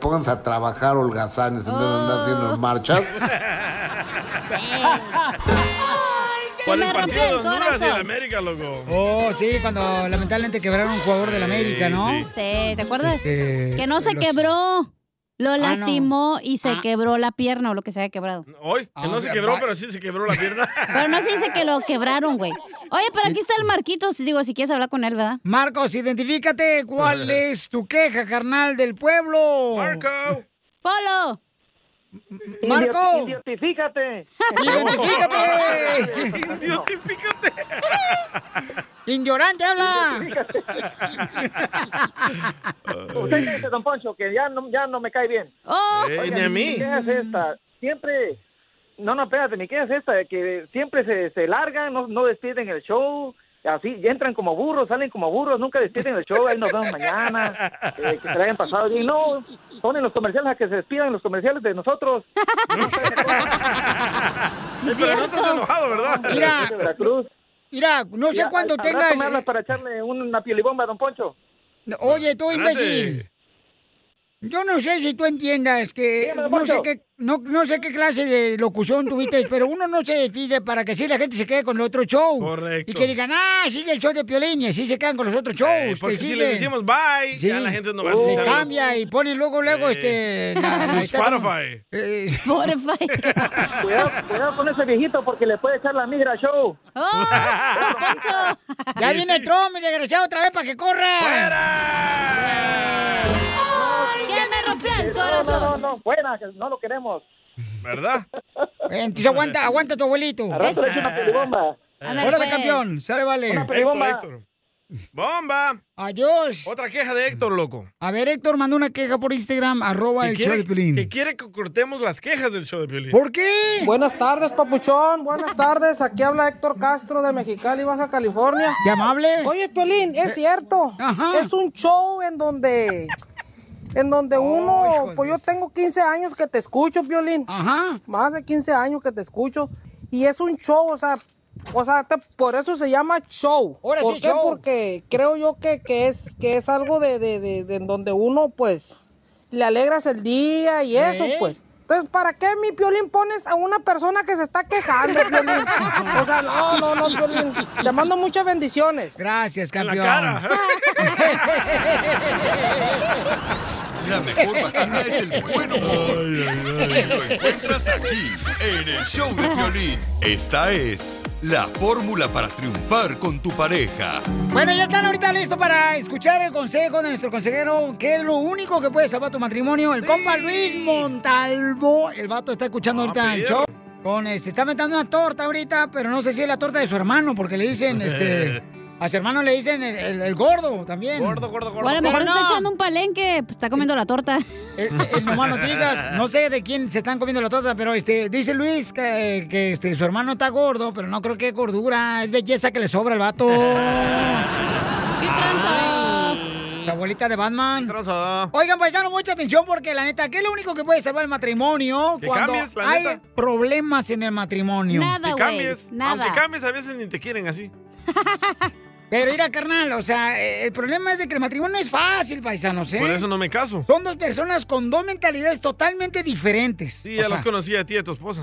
Pónganse a trabajar holgazanes en vez de andar haciendo marchas.
¿Cuál
me
es el partido
rompió
de
el
Honduras y
corazón.
el América, loco?
Oh, sí, cuando lamentablemente quebraron un jugador del América, ¿no?
Sí, ¿te acuerdas?
Este,
que no se
los-
quebró. Lo
Ah, no. Ah.
lastimó y se quebró la pierna o lo que se haya quebrado.
Hoy, que no se quebró, pero sí se quebró la pierna.
Pero no se dice que lo quebraron, güey. Oye, pero aquí está el Marquitos, digo, si quieres hablar con él, ¿verdad?
Marcos, identifícate cuál es tu queja, carnal, del pueblo. Marco.
Polo.
Marco.
Identifícate.
Identifícate.
Identifícate.
Ignorante
Ah.
habla.
Usted me dice, don Poncho, que ya no, ya no me cae bien.
¡Oh!
Oiga,
Eh, ni a
mi-
mí.
mi queja es esta? Siempre... No, no, espérate, mi queja es esta, de que siempre se, se largan, no, no despiden el show, así, y entran como burros, salen como burros, nunca despiden el show, ahí nos vemos mañana, eh, que se la hayan pasado. Y no, ponen los comerciales a que se despidan los comerciales de nosotros.
Ey, pero no estás enojado, ¿verdad?
Soy de Veracruz.
Mira, no sé
Ya,
cuándo
al- al rato
tengas.
me hablas para echarme una piolibomba, don Poncho.
Oye, tú, imbécil. Yo no sé si tú entiendas que no sé qué, no, no sé qué clase de locución tuviste, pero uno no se despide para que así la gente se quede con el otro show.
Correcto.
Y que digan, ah, sigue el show de Piolín y así se quedan con los otros shows.
Eh, porque
que
si
siguen.
le decimos bye, ya
Sí.
la gente no va a
Le
escuchar. Eh,
cambia y pone luego, luego, este... la-
Su
la-
Spotify.
Eh,
Cuidado, cuidado con ese viejito porque le puede echar la migra al show.
¡Oh!
Ya viene Trump, el desgraciado, otra vez para que corra.
¡Ay, que me rompió el
Eh, No, no,
corazón!
no, fuera, que no lo queremos.
¿Verdad?
Entonces aguanta, aguanta tu abuelito.
Al rato le echo una pelibomba.
Ándale,
Órale,
pues.
campeón, sale vale.
Héctor, Héctor. ¡Bomba!
Adiós.
Otra queja de Héctor, loco.
A ver, Héctor mandó una queja por Instagram, arroba
Que
el
quiere-
show de Piolín.
Que quiere que cortemos las quejas del show de Piolín.
¿Por qué?
Buenas tardes, papuchón. Buenas tardes. Aquí habla Héctor Castro de Mexicali, Baja California.
¡Qué amable! Eh,
Oye, Piolín, es cierto. Es un show en donde. En
Oh,
donde uno. Pues yo tengo 15 años que te escucho, Piolín.
Ajá.
Más de 15 años que te escucho. Y es un show, o sea. O sea, te- por eso se llama show.
Ahora
¿Por
sí,
qué?
show.
Porque creo yo que, que es que es algo de, de, de- de en donde uno, pues, le alegras el día y eso,
¿Eh?
pues. Entonces, ¿para qué mi piolín pones a una persona que se está quejando, Piolín? O sea, no, no, no, Piolín. Te mando muchas bendiciones.
Gracias,
campeón.
La mejor vacuna es el buen humor. Y lo encuentras aquí, en el show de Piolín. Esta es la fórmula para triunfar con tu pareja.
Bueno, ya están ahorita listos para escuchar el consejo de nuestro consejero, que es lo único que puede salvar tu matrimonio. El compa Luis Montalvo, el vato está
Ah,
escuchando ahorita el show. Con este, está metiendo una torta ahorita, pero no sé si es la torta de su hermano, porque le dicen, este, a su hermano le dicen el, el- el gordo también. Gordo, gordo,
O a lo mejor está echando un palenque, pues está comiendo la torta.
Nomás Eh, no digas, no sé de quién se están comiendo la torta, pero este, dice Luis que, eh, que, este, su hermano está gordo, pero no creo que es gordura, es belleza que le sobra al vato. ¿Qué tranza? La abuelita de Batman. Oigan, paisano, mucha atención porque la neta, ¿qué es lo único que puede salvar el matrimonio
Que
cuando
cambies, la
hay
neta.
problemas en el matrimonio?
Que cambies. Aunque cambies, a veces ni te quieren así.
Pero mira, carnal, o sea, eh, el problema es de que el matrimonio no es fácil, paisanos, ¿eh?
Por eso no me caso.
Son dos personas con dos mentalidades totalmente diferentes.
Sí,
O
ya los
sea,
conocí a ti y a tu esposa.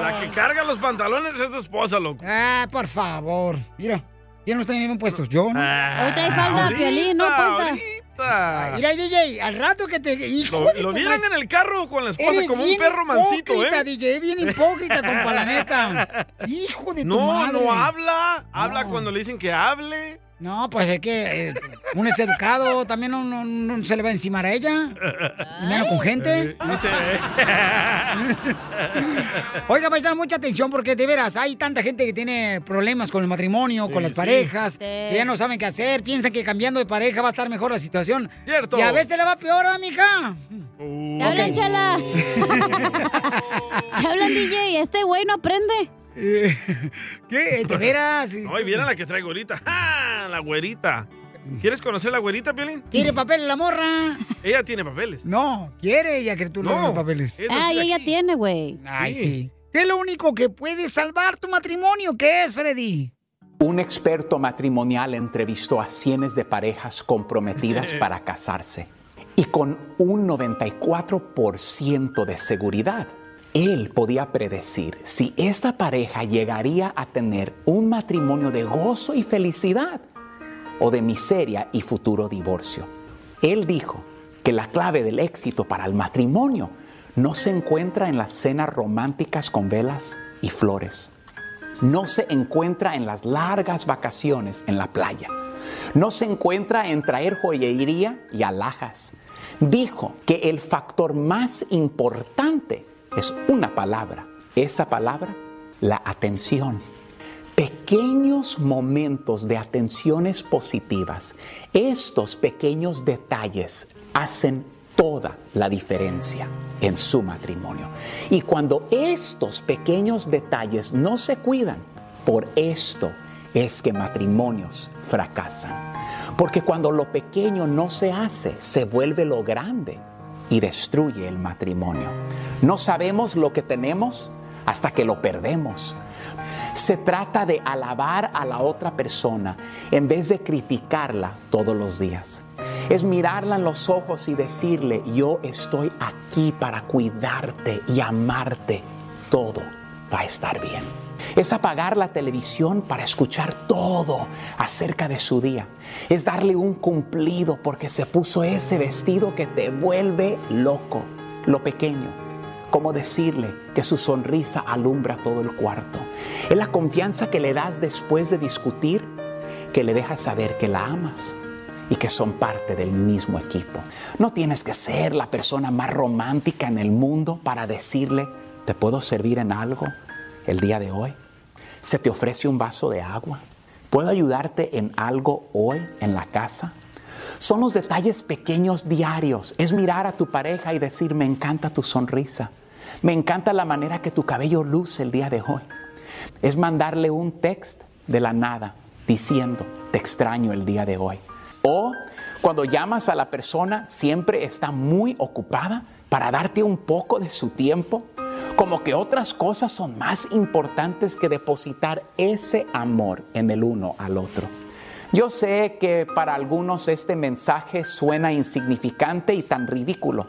La que carga los pantalones es tu esposa, loco.
Ah, por favor. Mira, ya no están bien puestos. Yo, ¿no?
Ah, Hoy trae falda, ahorita, Piolín, no pasa. ahorita.
Mira, DJ, al rato que te. hijo
Ah, Lo-
de
lo
tu
vieran
madre.
en el carro con la esposa
Eres
como un
bien
perro mansito,
hipócrita,
¿eh?
DJ, bien hipócrita, compa, la neta. Hijo de tu
No,
madre.
no habla. Habla cuando le dicen que hable.
No, pues es que eh, uno es educado, también no, no- no se le va a encimar a ella. Y menos con gente.
No sé.
Oiga, paisano, mucha atención porque de veras hay tanta gente que tiene problemas con el matrimonio, con las
sí.
parejas,
Sí.
que ya no saben qué hacer, piensan que cambiando de pareja va a estar mejor la situación.
Cierto. Uh.
Y a veces le va peor, ¿verdad, mija?
Te hablan,
Ok.
chala. Te hablan, DJ. Este güey no aprende.
¿Qué?
¿De veras?
No, y viene la que traigo ahorita.
Ah,
¡Ja! La güerita. ¿Quieres conocer la güerita, Piolín?
¿Tiene Mm. papel la morra?
Ella tiene papeles.
No, quiere ella que tú le
No,
des los papeles.
es
Ay, ella tiene, güey.
Ay, sí. ¿Qué es lo único que puede salvar tu matrimonio? ¿Qué es, Freddy?
Un experto matrimonial entrevistó a cientos de parejas comprometidas para casarse y con un 94% de seguridad, él podía predecir si esa pareja llegaría a tener un matrimonio de gozo y felicidad o de miseria y futuro divorcio. Él dijo que la clave del éxito para el matrimonio no se encuentra en las cenas románticas con velas y flores. No se encuentra en las largas vacaciones en la playa. No se encuentra en traer joyería y alhajas. Dijo que el factor más importante es una palabra. Esa palabra, la atención pequeños momentos de atenciones positivas, estos pequeños detalles hacen toda la diferencia en su matrimonio. Y cuando estos pequeños detalles no se cuidan, por esto es que matrimonios fracasan. Porque cuando lo pequeño no se hace, se vuelve lo grande y destruye el matrimonio. No sabemos lo que tenemos hasta que lo perdemos. Se trata de alabar a la otra persona en vez de criticarla todos los días. Es mirarla en los ojos y decirle, yo estoy aquí para cuidarte y amarte. Todo va a estar bien. Es apagar la televisión para escuchar todo acerca de su día. Es darle un cumplido porque se puso ese vestido que te vuelve loco. Lo pequeño. Cómo decirle que su sonrisa alumbra todo el cuarto. Es la confianza que le das después de discutir que le dejas saber que la amas y que son parte del mismo equipo. No tienes que ser la persona más romántica en el mundo para decirle, ¿te puedo servir en algo? el día de hoy? ¿Se te ofrece un vaso de agua? ¿Puedo ayudarte en algo hoy en la casa? Son los detalles pequeños diarios. Es mirar a tu pareja y decir, me encanta tu sonrisa. Me encanta la manera que tu cabello luce el día de hoy. Es mandarle un text de la nada diciendo, te extraño el día de hoy. O cuando llamas a la persona, siempre está muy ocupada para darte un poco de su tiempo como que otras cosas son más importantes que depositar ese amor en el uno al otro. Yo sé que para algunos este mensaje suena insignificante y tan ridículo,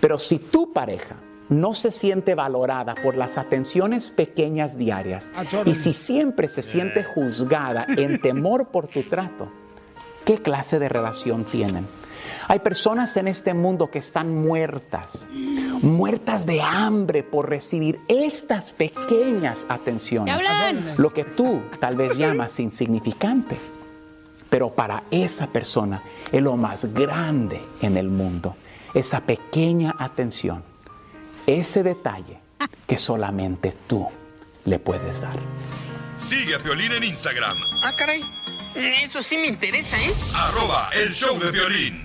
pero si tu pareja no se siente valorada por las atenciones pequeñas diarias y si siempre se siente juzgada en temor por tu trato, ¿qué clase de relación tienen? Hay personas en este mundo que están muertas, muertas de hambre por recibir estas pequeñas atenciones. Lo que tú tal vez llamas insignificante, pero para esa persona es lo más grande en el mundo. Esa pequeña atención, ese detalle que solamente tú le puedes dar.
Sigue a Piolín en Instagram.
Ah, caray. Eso sí me interesa, ¿eh?
Arroba el show de violín.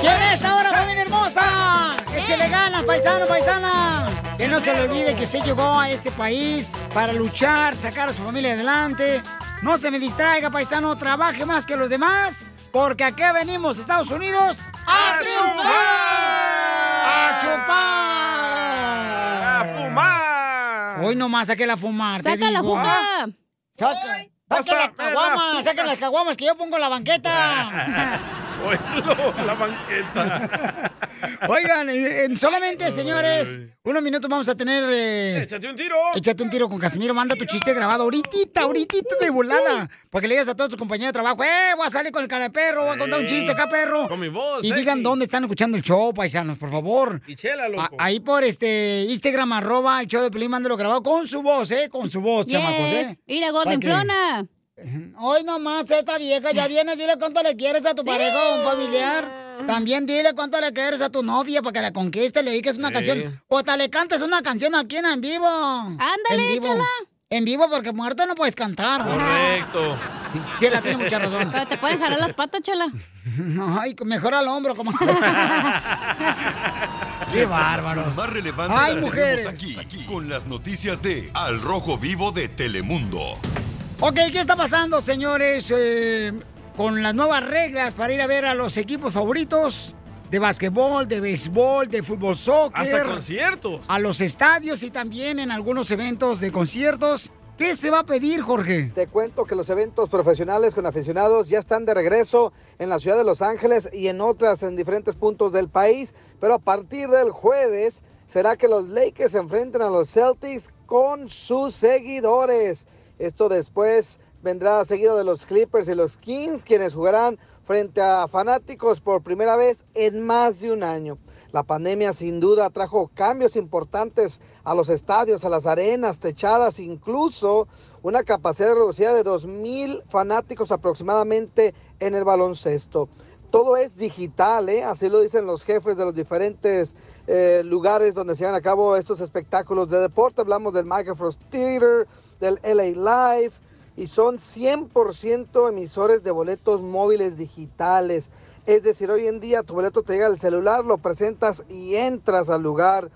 ¿Quién es ahora, familia hermosa? Échale ganas, paisano, paisana. Que no se le olvide que usted llegó a este país para luchar, sacar a su familia adelante. No se me distraiga, paisano, trabaje más que los demás, porque acá venimos, Estados Unidos, a triunfar, a
Ah.
Ah.
chupar, a fumar. Hoy nomás saqué la fumar. te
Saca la
digo.
juca.
Saca, saca las caguamas, saca las caguamas que yo pongo la banqueta.
Ah. la banqueta.
Oigan, en, en solamente, señores, unos minutos vamos a tener... eh,
Échate un tiro.
Échate un tiro con Casimiro, manda tu chiste grabado ahorita, ahorita de volada. Para que le digas a todos tus compañeros de trabajo, eh, voy a salir con el cara de perro, voy a contar un chiste acá, perro.
Eh, Con mi voz, eh,
Y
sexy.
digan dónde están escuchando el show, paisanos, por favor.
Y chela,
A-
loco.
ahí por este Instagram, arroba el show de Pelín, mándalo grabado con su voz, eh, con su voz, chamacos, eh.
Yes. Mira, Golden
¿Para qué?
Clona.
Hoy nomás esta vieja ya viene, dile cuánto le quieres a tu pareja o un familiar. También dile cuánto le quieres a tu novia para que la conquiste, le dediques una
Sí.
canción. O hasta le cantes una canción aquí en, en vivo. Ándale, en vivo. En vivo, porque muerto no puedes cantar.
Correcto.
Chela tiene mucha razón.
Pero te pueden jalar las patas, chela.
Ay, mejor al hombro, como.
La
Qué
información
bárbaros.
más relevante
Ay,
la
mujeres.
tenemos aquí, aquí, con las noticias de Al Rojo Vivo de Telemundo.
Ok, ¿qué está pasando, señores? eh, con las nuevas reglas para ir a ver a los equipos favoritos de básquetbol, de béisbol, de fútbol soccer.
Hasta conciertos.
A los estadios y también en algunos eventos de conciertos. ¿Qué se va a pedir, Jorge?
Te cuento que los eventos profesionales con aficionados ya están de regreso en la ciudad de Los Ángeles y en otras en diferentes puntos del país, pero a partir del jueves será que los Lakers se enfrenten a los Celtics con sus seguidores. Esto después vendrá seguido de los Clippers y los Kings, quienes jugarán frente a fanáticos por primera vez en más de un año. La pandemia sin duda trajo cambios importantes a los estadios, a las arenas techadas, incluso una capacidad reducida de 2.000 fanáticos aproximadamente en el baloncesto. Todo es digital, ¿eh? así lo dicen los jefes de los diferentes eh, lugares donde se llevan a cabo estos espectáculos de deporte. Hablamos del Microfrost Theater, del LA Live, y son 100% emisores de boletos móviles digitales. Es decir, hoy en día tu boleto te llega al celular, lo presentas y entras al lugar.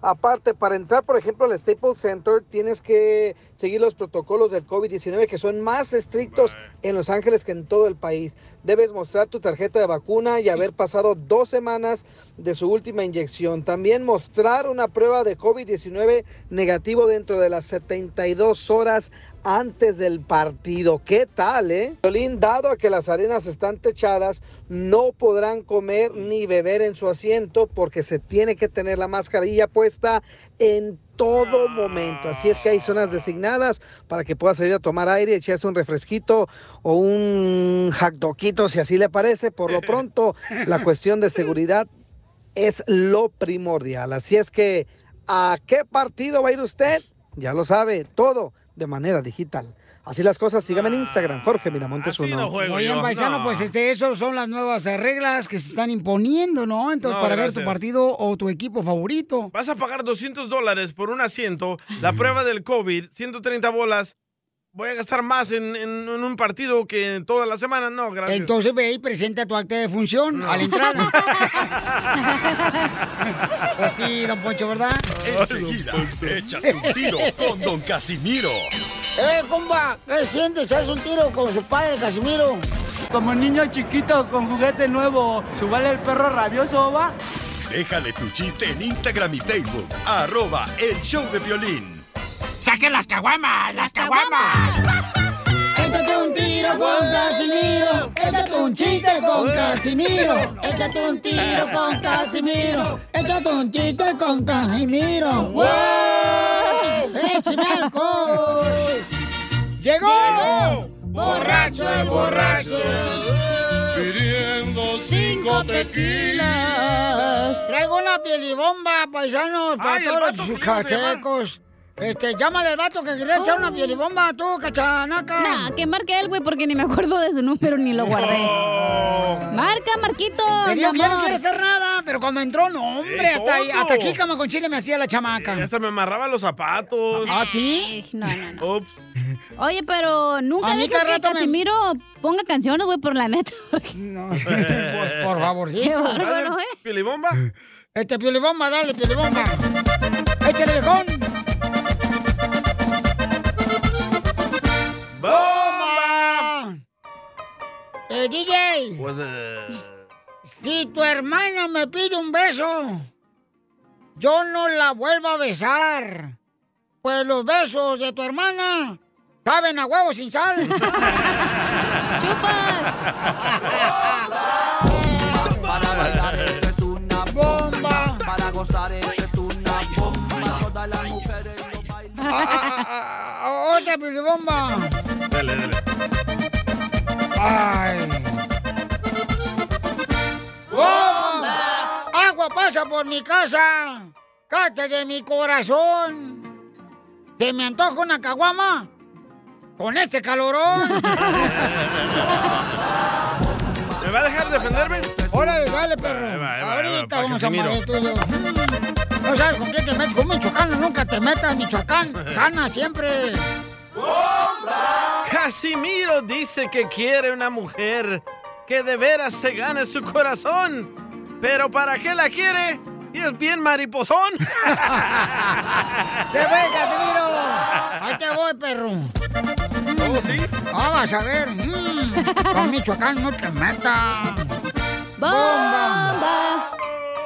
Aparte, para entrar, por ejemplo, al Staples Center, tienes que seguir los protocolos del COVID-19 que son más estrictos en Los Ángeles que en todo el país. Debes mostrar tu tarjeta de vacuna y haber pasado dos semanas de su última inyección. También mostrar una prueba de COVID-19 negativo dentro de las 72 horas antes del partido. ¿Qué tal, eh? Violín, dado a que las arenas están techadas, no podrán comer ni beber en su asiento porque se tiene que tener la mascarilla puesta en todo momento. Así es que hay zonas designadas para que pueda salir a tomar aire, echarse un refresquito o un hackdoquito, si así le parece. Por lo pronto, la cuestión de seguridad es lo primordial. Así es que, ¿a qué partido va a ir usted? Ya lo sabe, todo de manera digital. Así las cosas, síganme en Instagram, Jorge Miramontes
Ah, Así
uno.
no juego
Oye,
yo,
paisano,
no.
pues este, eso son las nuevas eh, reglas que se están imponiendo, ¿no? Entonces,
No,
para ver
gracias.
tu partido o tu equipo favorito.
Vas a pagar 200 dólares por un asiento, la prueba del COVID, 130 bolas. Voy a gastar más en, en- en un partido que en toda la semana. No, gracias.
Entonces ve y presenta tu acta de función a la entrada. pues sí, don Poncho, ¿verdad?
Enseguida, échate un tiro con Don Casimiro.
¡Eh, comba! ¿Qué sientes? ¿Haz un tiro con su padre, Casimiro?
Como niño chiquito con juguete nuevo, ¿subale el perro rabioso, va?
Déjale tu chiste en Instagram y Facebook. Arroba el show de violín.
¡Saquen las caguamas! ¡Las caguamas! Échate un tiro con Casimiro. Échate un chiste con Casimiro. Échate un tiro con Casimiro. Échate un chiste con Casimiro. ¡Wow! ¡Échame alcohol!
¡Llegó!
¡Borracho el borracho!
Pidiendo
cinco
tequilas. Traigo una pielibomba, paisanos, para
Ay, el
todos
vato
los
que iba a llamar.
yucatecos. Este, llámale al vato que quería echar una
Uh.
pielibomba, tú, cachanaca.
Nah, que marque él, güey, porque ni me acuerdo de su número ni lo guardé. Marca, Marquito.
Me dijo
mi
que ya no
amor.
quiere hacer nada, pero cuando entró, no, hombre,
Eh,
hasta, ahí-
¿cómo?
hasta aquí cama con chile me hacía la chamaca.
Eh, Hasta me amarraba los zapatos.
¿Ah, sí?
No, no,
no. Ups.
Oye, pero nunca
A mí
dejes
cada
que
rato me-
Casimiro ponga canciones, güey, por la neta.
No. Por, por favor, sí.
Qué bárbaro, ¿eh?
¿Pilibomba?
Este, pielibomba, dale, pielibomba. Échale, viejón. ¡Bomba! Eh, DJ.
Pues, eh,
Si tu hermana me pide un beso, yo no la vuelvo a besar. Pues los besos de tu hermana saben a huevo sin sal. Ah,
Para bailar esto es una bomba. Para gozar esto es una bomba. Todas las mujeres.
Ah, ¡Otra pilibomba!
dale, dale.
¡Ay! ¡Bomba! Agua pasa por mi casa. Cate de mi corazón. ¿Te me antoja una caguama? Con este calorón.
¿Me va a dejar defenderme?
Órale, dale, perro.
Ahí va, ahí va, ahí va,
Ahorita
pa'
vamos a
Casimiro.
madre tuyo. No sabes con quién te metes. Con Michoacán nunca te metas, Michoacán. Gana siempre.
Casimiro dice que quiere una mujer que de veras se gane su corazón. Pero ¿para qué la quiere? Y es bien mariposón.
¡Te voy, Casimiro! Ahí te voy, perro.
¿Cómo sí?
Ah, vas a ver. Mm, Con Michoacán no te metas.
¡Bomba!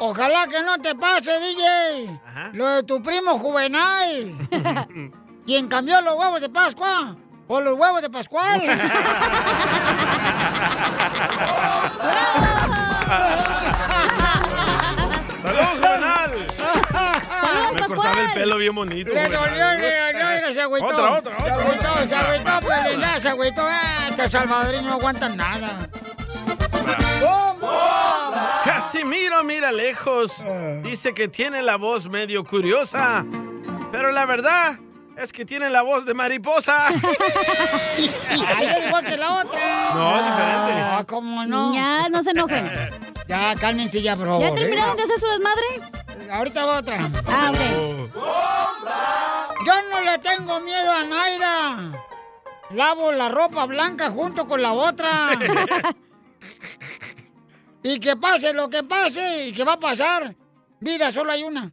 Ojalá que no te pase, DJ. Lo de tu primo juvenal. Quien cambió los huevos de Pascua por los huevos de Pascual.
¡Saludos, Juvenal!
Saludos
Me le
cuál?
cortaba el pelo bien bonito.
Le
güey.
dolió, le dolió, mira, se agüitó.
Otra,
Se
otra, otra.
agüitó, se agüitó, Piolín, ya se agüitó. Ah, Estos salvadoreños no aguantan nada.
Casimiro mira lejos. Dice que tiene la voz medio curiosa. Pero la verdad es que tiene la voz de mariposa.
Ahí es igual que la otra.
No, diferente.
Ah, ¿cómo no?
Ya, no se enojen.
Ya, cálmense ya, por favor. ¿eh?
¿Ya terminaron de hacer su desmadre?
Ahorita va otra.
Ah, ok.
Yo no le tengo miedo a Naida. Lavo la ropa blanca junto con la otra. y que pase lo que pase y que va a pasar. Vida, solo hay una.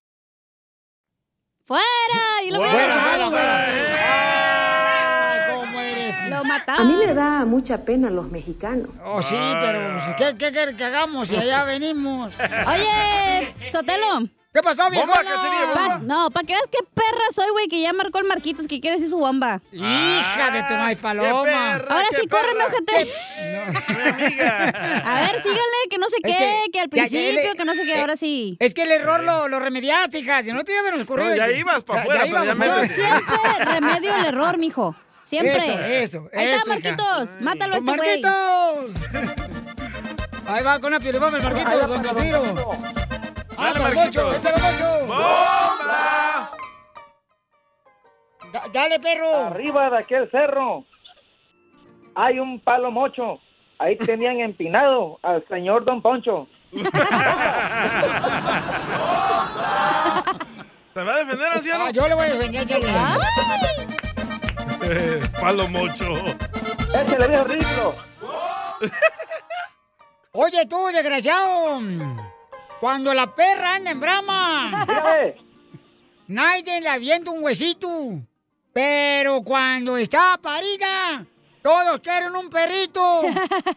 ¡Fuera! Yo lo voy
Fuera, fuera,
¿Cómo eres?
Ah, Lo
A mí
mataron.
me da mucha pena los mexicanos.
Oh, sí, pero pues, ¿qué, qué quieres que hagamos si allá venimos?
Oye, Sotelo.
¿Qué pasó,
viejo?
viejona? Bomba, Caterina, bomba.
no, para que veas qué perra soy, güey, que ya marcó el Marquitos que quiere decir su bomba. Ah,
Hija de tu maíz paloma. perra,
Ahora
qué
sí, córreme,
perra.
ojete. A ver, síganle, que no sé
Es
qué, que, al
ya, ya,
principio,
él-
que no sé qué,
eh,
ahora sí.
Es que el error lo, lo remediaste, hija. Si no te iban a ocurrido.
No, ya
que-
ibas pa'
ya-
afuera,
ya
pero ya
íbamos todos.
métete.
Siempre remedio el error, mijo. Siempre.
Eso, eso,
Ahí está,
eso, hija. Mm.
Marquitos. Mátalo a este güey.
¡Marquitos! Ahí va con la piel, vamos,
Ahí va
Marquitos, don
con
Casimiro.
Dale,
¡Hasta el
Marquitos.
bocho! ¡Échale bocho! Da- dale, perro.
Arriba de aquel cerro hay un palo mocho. Ahí tenían empinado al señor Don Poncho.
¿Te va a defender, anciano?
Ah, yo le voy a defender, yo le
Eh, Palo mocho.
Échale, viejo ridículo.
Oye, tú, desgraciado. Cuando la perra anda en brama, nadie le avienta un huesito. Pero cuando está parida, todos quieren un perrito.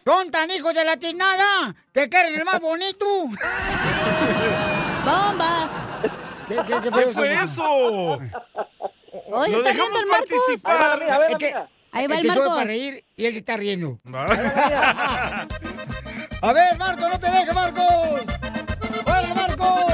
Son tan hijos de la tiznada que quieren el más bonito.
¡Bomba!
¿Qué, qué, qué
¿Qué fue eso?
Oye,
Lo
está
dejamos
riendo el Marcos.
participar.
Ahí va la mía, ahí va la
Es que-
mía. Ahí va el Marcos. para reír y él se está riendo. A ver, Marco, no te dejes, Marcos. ¡Fuera, Marcos!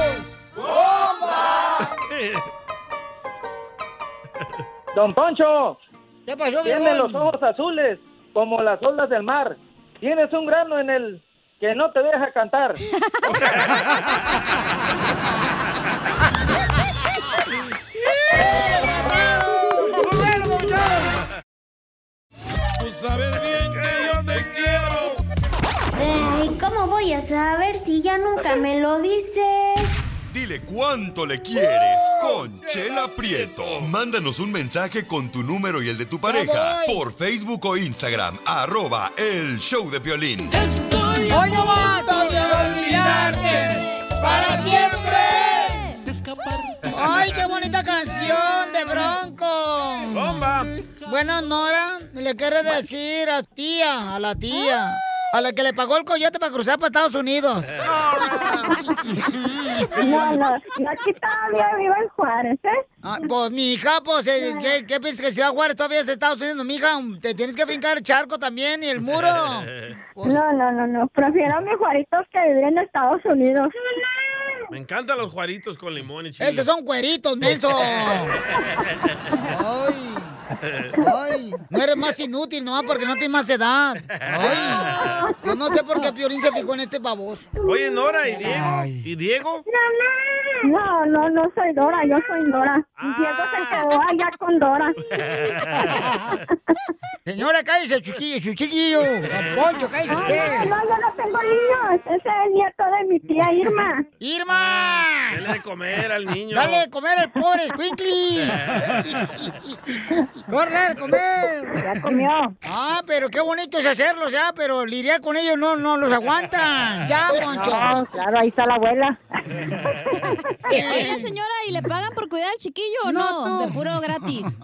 Don Poncho.
¿Qué pasó,
Tiene
viejón?
los ojos azules como las olas del mar. Tienes un grano en el que no te deja cantar.
Tú sabes bien que yo te quiero.
Ay, ¿cómo voy a saber si ya nunca me lo dices?
Dile cuánto le quieres con Chela Prieto. Mándanos un mensaje con tu número y el de tu pareja por Facebook o Instagram, arroba el show de violín.
Hoy no más, para siempre. Ay, qué bonita canción de Bronco.
Bomba.
Bueno, Nora, le quiere decir a tía, a la tía, a la que le pagó el coyote para cruzar para Estados Unidos.
No, no, no, aquí todavía vivo en Juárez, ¿eh?
Ah, pues, mi hija, pues, eh, ¿qué, qué piensas que Ciudad Juárez todavía es Estados Unidos, mija? Te tienes que brincar el charco también y el muro.
No, no, no, no. Prefiero a mis juaritos que vivir en Estados Unidos.
Me encantan los juaritos con limón y chile.
Esos son cueritos, menso. Ay, ay. No eres más inútil, nomás porque no tienes más edad. Ay. Yo no sé por qué Piorín se fijó en este baboso.
Oye, Nora, ¿y Diego? ¿Y Diego?
No, no, no soy Dora, yo soy Dora. Diego se quedó allá con Dora.
Señora, cállese, chiquillo, su chiquillo. Don Poncho, cállese
No,
usted.
no, yo no tengo niños. Ese es el nieto de mi tía Irma.
¡Irma!
Dale de comer al niño.
Dale de comer al pobre Squinkly. Corre a comer. Ya comió. Ah, pero qué bonito es hacerlos ya, pero lidiar con ellos no, no los aguantan. Ya, Poncho.
No,
Ah, claro, ahí está la abuela.
Oiga, señora, ¿y le pagan por cuidar al chiquillo o no? De puro gratis.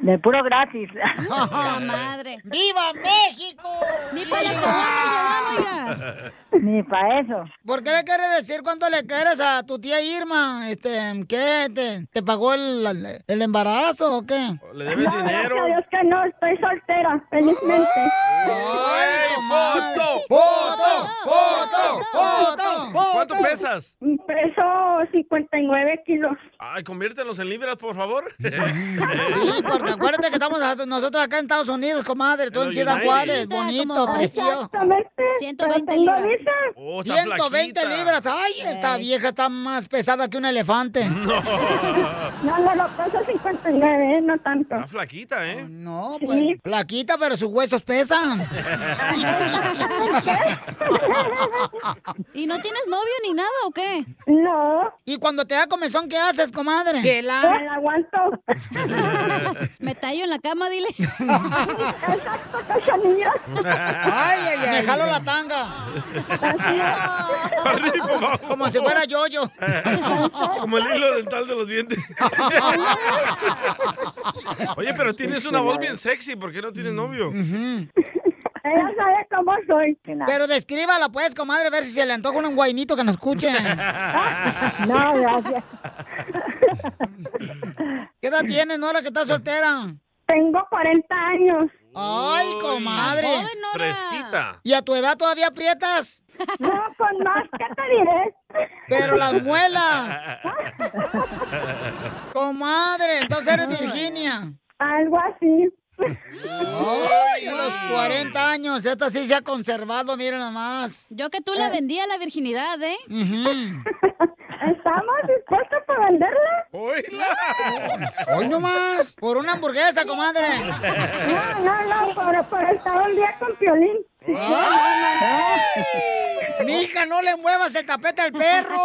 De puro gratis.
¡La madre!
¡Viva México!
¡Ni para las caguamas le dan, oiga!
Ni para eso.
¿Por qué le quieres decir cuánto le quieres a tu tía Irma? Este, ¿qué? ¿Te, te pagó el, el embarazo o qué?
Le debes dinero.
Gracias a Dios que no, estoy soltera, felizmente.
¡Ay, foto!
¡Foto!
¡Foto!
¡Foto!
¿Cuánto pesas?
Peso 59 kilos.
Ay, conviértelos en libras, por favor.
Sí, porque acuérdate que estamos a- nosotros acá en Estados Unidos, comadre, tú en
los
Ciudad
United.
Juárez, bonito, precioso.
Exactamente.
120
pero tengo
libras.
visa.
Oh, está
120
flaquita.
libras. Ay, esta vieja está más pesada que un elefante.
No.
No, no, no, peso 59, eh, no tanto.
Está flaquita, ¿eh?
No, pues, flaquita, pero sus huesos pesan.
¿Y no tienes novio ni nada o qué?
No.
¿Y cuando te da comezón, qué haces, comadre?
Que la- Me
la aguanto.
Me tallo en la cama, dile.
Exacto, cachanilla.
Ay, ay, ay. Me jalo la tanga. Como si fuera yo-yo.
Como el hilo dental de los dientes. Oye, pero tienes una voz bien sexy, ¿por qué no
Mm,
tienes novio?
Ella sabe cómo soy.
Pero descríbala, pues, comadre, a ver si se le antoja un guainito que nos escuche.
No, gracias.
¿Qué edad tienes, Nora, que estás soltera?
Tengo 40 años.
Ay, comadre.
Fresquita.
¿Y a tu edad todavía aprietas?
No, con más, ¿qué te diré?
Pero las muelas, comadre, entonces eres Virginia.
Algo así.
Ay, a los 40 años, esta sí se ha conservado, miren nomás.
Yo que tú
Eh.
le vendía la virginidad, ¿eh?
¿Estamos dispuestos para venderla?
Hoy nomás, por una hamburguesa, comadre.
No, no, no, por, por estar un día con Piolín.
Mija, Ah. no le muevas el tapete al perro.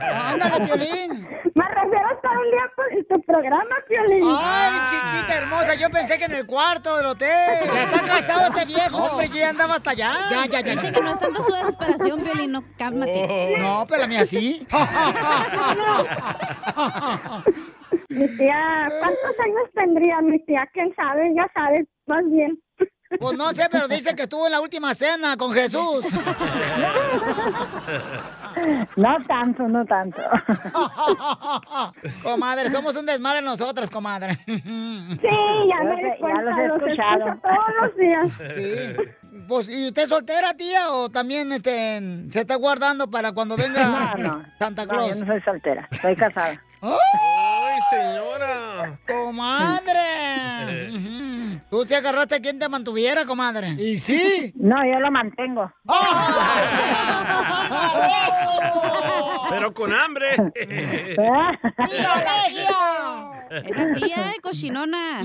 Ándale, Piolín.
Me refiero a estar un día por- en tu programa, Piolín.
Ay, chiquita hermosa, yo pensé que en el cuarto del hotel. Ya está casado este viejo, hombre, yo ya andaba hasta allá. Ya, ya, ya.
Dice que no es tanta su desesperación, Violín, no, cálmate.
No, pero a mí así.
Mi tía, ¿cuántos años tendría mi tía? ¿Quién sabe? Ya sabe, más bien.
Pues no sé, pero dice que estuvo en la última cena con Jesús.
Ah.
No tanto, no tanto.
Comadre, somos un desmadre nosotras, comadre.
Sí, ya me di cuenta, los escucho todos los días.
Sí. Pues, ¿y usted es soltera, tía? ¿O también este, se está guardando para cuando venga Santa
No,
Claus? Oh,
yo no soy soltera, soy casada.
¡Ay, señora!
¡Comadre! Ujú. Tú sí agarraste a quien te mantuviera, comadre. ¿Y sí?
No, yo lo mantengo.
¡Ah!
Pero con hambre.
Esa tía de cochinona.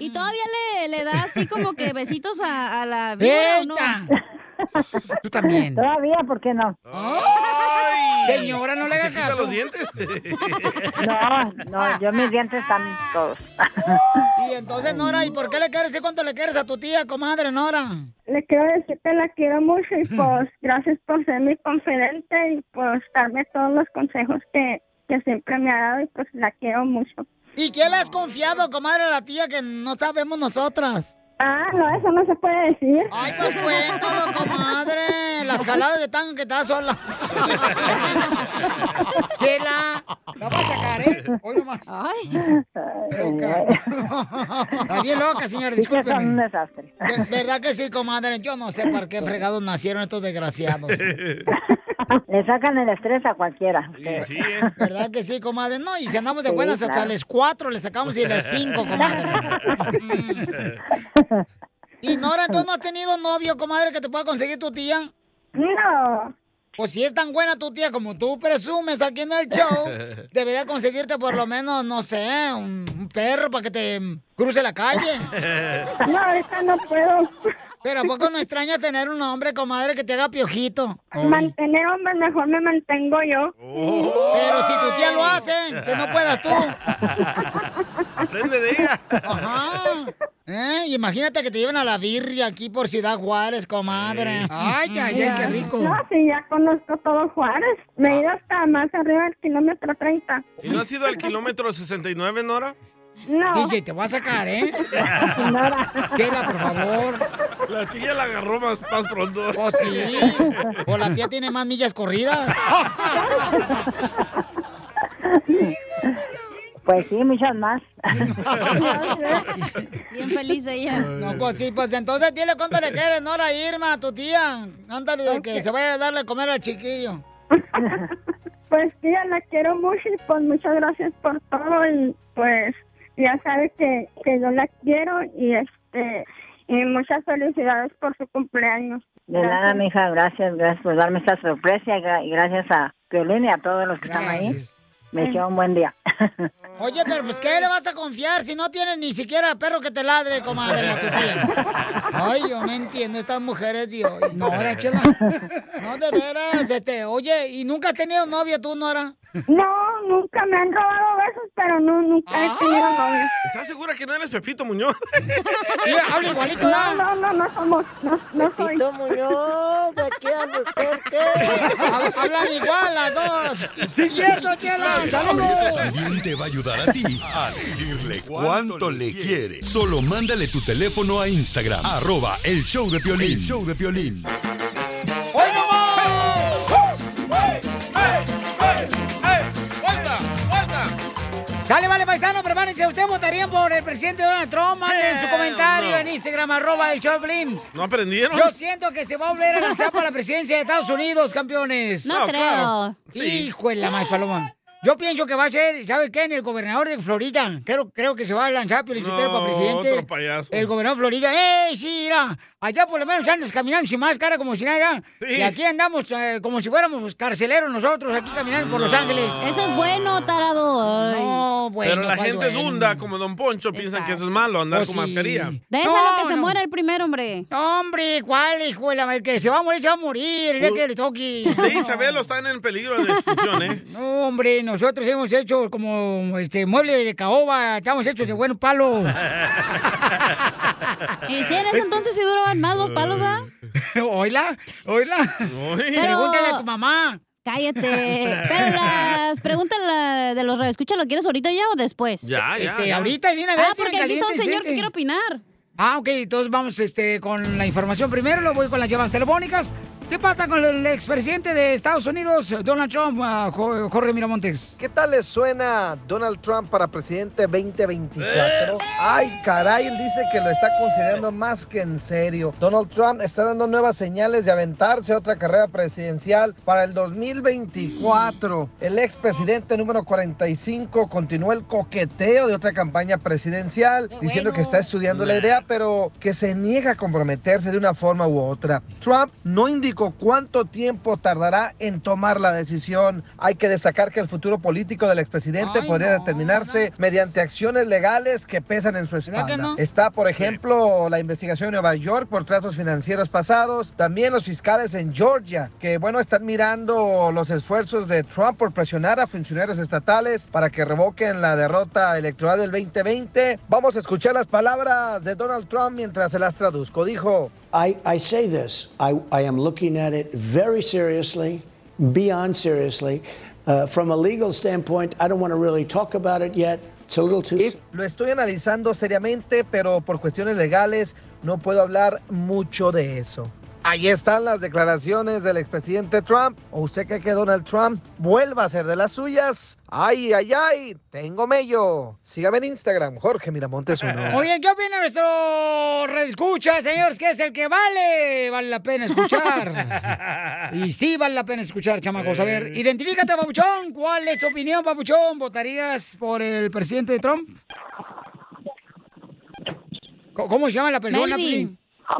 ¿Y todavía le, le da así como que besitos a, a la víbora o no?
Tú también.
Todavía, ¿por qué no?
Señora, no le haga
¿Quita
caso.
los dientes?
No, no, yo mis dientes están todos.
Y entonces, Nora, ¿y por qué le quieres decir cuánto le quieres a tu tía, comadre, Nora?
Le quiero decir que la quiero mucho y pues gracias por ser mi confidente y por darme todos los consejos que, que siempre me ha dado y pues la quiero mucho.
¿Y qué le has confiado, comadre, a la tía que no sabemos nosotras?
Ah, no, eso no se puede decir.
Ay, pues cuéntalo, comadre. Las jaladas de tango que te das sola. Tela, la vas a sacar, ¿eh? Hoy nomás.
Ay.
Está bien loca, señora,
Sí que son un
discúlpeme.
desastre.
Ve- ¿Verdad que sí, comadre? Yo no sé por qué fregados nacieron estos desgraciados.
Le sacan el estrés a cualquiera.
¿Verdad que sí, comadre? No, y si andamos de
Sí,
buenas hasta
claro.
las 4, le sacamos y las 5, comadre. Y Nora, ¿tú no has tenido novio, comadre, que te pueda conseguir tu tía?
No,
Pues si es tan buena tu tía como tú presumes aquí en el show, debería conseguirte por lo menos, no sé, un, un perro para que te cruce la calle.
No, ahorita no puedo.
Pero ¿a poco no extraña tener un hombre, comadre, que te haga piojito?
Mantener hombre, mejor me mantengo yo.
Pero si tu tía lo hace, que no puedas tú.
Aprende de ella.
Ajá. ¿Eh? Imagínate que te lleven a la birria aquí por Ciudad Juárez, comadre. Ay, ay, ay, qué rico.
No, sí, ya conozco todo Juárez. Me he ido hasta más arriba del kilómetro 30.
¿Y no has ido al kilómetro 69, Nora?
No.
DJ, te voy a sacar, ¿eh? Tela, por favor.
La tía la agarró más, más pronto.
O sí. O la tía tiene más millas corridas.
Pues sí, muchas más.
Bien feliz ella.
No, pues sí, pues entonces dile cuánto le quieres, Nora Irma, a tu tía. Ándale de que se vaya a darle a comer al chiquillo.
Pues tía, la quiero mucho y pues muchas gracias por todo y pues ya sabe que, que yo la quiero y este y muchas felicidades por su cumpleaños.
De nada,
Gracias.
mija, gracias, gracias por darme esta sorpresa y gra- y gracias a Piolín y a todos los que están ahí. Me deseo un buen día.
Oye, pero pues ¿qué le vas a confiar si no tienes ni siquiera perro que te ladre, comadre, a tu tía? Ay, yo no entiendo estas mujeres de hoy. No, de chela. No, de veras, este, oye, ¿y nunca has tenido novio tú, Nora?
No, nunca me han robado besos, pero no, nunca he
Ah.
tenido novio.
¿Estás segura que no eres Pepito Muñoz?
Mira, habla igualito, ¿ah?
No, no, no, no somos, no, no soy.
Pepito Muñoz, de aquí a
Hablan igual las dos.
Sí, cierto, chela.
Saludos. También te va a ayudar a ti a decirle cuánto le quiere. Solo mándale tu teléfono a Instagram, arroba el show de Piolín. show de Piolín.
¡Hoy no Sale, vale, paisano, prepárense. ¿Ustedes votarían por el presidente Donald Trump? Manden su comentario
no.
en Instagram, arroba el Choplin.
¿No aprendieron?
Yo siento que se va a volver a lanzar para la presidencia de Estados Unidos, campeones.
No No, creo. claro.
Sí.
Hijo de la más paloma. Yo pienso que va a ser, ¿sabe qué? En el gobernador de Florida. Creo, creo que se va a lanzar Pio Lichotero,
No,
para presidente.
otro payaso.
El gobernador de Florida. ¡Ey, sí, mira! Allá por lo menos andas caminando sin máscara como si nada.
Sí.
Y aquí andamos eh, como si fuéramos carceleros nosotros, aquí caminando por Los Ángeles.
Eso es bueno, tarado. Ay.
No, bueno.
Pero la
¿cuál
gente
bueno?
dunda, como Don Poncho, piensan que eso es malo, andar
Pues
con
sí.
mascarilla.
Déjalo que se
no.
muera el primer hombre.
Hombre, ¿cuál hijo de la madre? Que se va a morir, se va a morir, el día que le toque.
Usted y Chabelo están en peligro de extinción, ¿eh?
No, hombre, nosotros hemos hecho como este mueble de caoba, estamos hechos de buen palo.
Y si en ese entonces sí duraban más los palos, ¿va?
Oíla, oíla.
Pero-
Pregúntale a tu mamá.
Cállate. Pero las preguntas la- de los radioescuchas, ¿lo quieres ahorita ya o después?
Ya, ya, Este, ya. ahorita y de una vez, ¿eh?
Ah,
sí,
porque
en
aquí está un
caliente y
señor que
siente.
quiere opinar.
Ah, ok, entonces vamos este, con la información primero, luego voy con las llamadas telefónicas. ¿Qué pasa con el expresidente de Estados Unidos, Donald Trump, ah, Jo- Jorge Miramontes?
¿Qué tal les suena Donald Trump para presidente 2024? Ay, caray, él dice que lo está considerando más que en serio. Donald Trump está dando nuevas señales de aventarse a otra carrera presidencial para el 2024. El expresidente número 45 continúa el coqueteo de otra campaña presidencial, diciendo que está estudiando la idea, pero que se niega a comprometerse de una forma u otra. Trump no indicó cuánto tiempo tardará en tomar la decisión. Hay que destacar que el futuro político del expresidente podría determinarse mediante acciones legales que pesan en su espalda. Está, por ejemplo, la investigación en Nueva York por tratos financieros pasados. También los fiscales en Georgia, que, bueno, están mirando los esfuerzos de Trump por presionar a funcionarios estatales para que revoquen la derrota electoral del 2020. Vamos a escuchar las palabras de Donald Trump mientras se las traduzco. Dijo.
I, I say this. I, I am looking at it very seriously, beyond seriously. Uh, from a legal standpoint, I don't want to really talk about it yet. It's a little too.
Lo estoy analizando seriamente, pero por cuestiones legales no puedo hablar mucho de eso. Ahí están las declaraciones del expresidente Trump. ¿O usted cree que Donald Trump vuelva a ser de las suyas? ¡Ay, ay, ay! Tengo mello. Sígame en Instagram, Jorge Miramontes uno.
Oigan, ¿qué opina nuestro redescucha, señores? Que es el que vale, vale la pena escuchar. y sí vale la pena escuchar, chamacos. A ver, identifícate, Papuchón. ¿Cuál es tu opinión, Papuchón? ¿Votarías por el presidente de Trump? Co- ¿Cómo se llama la persona,
Melvin.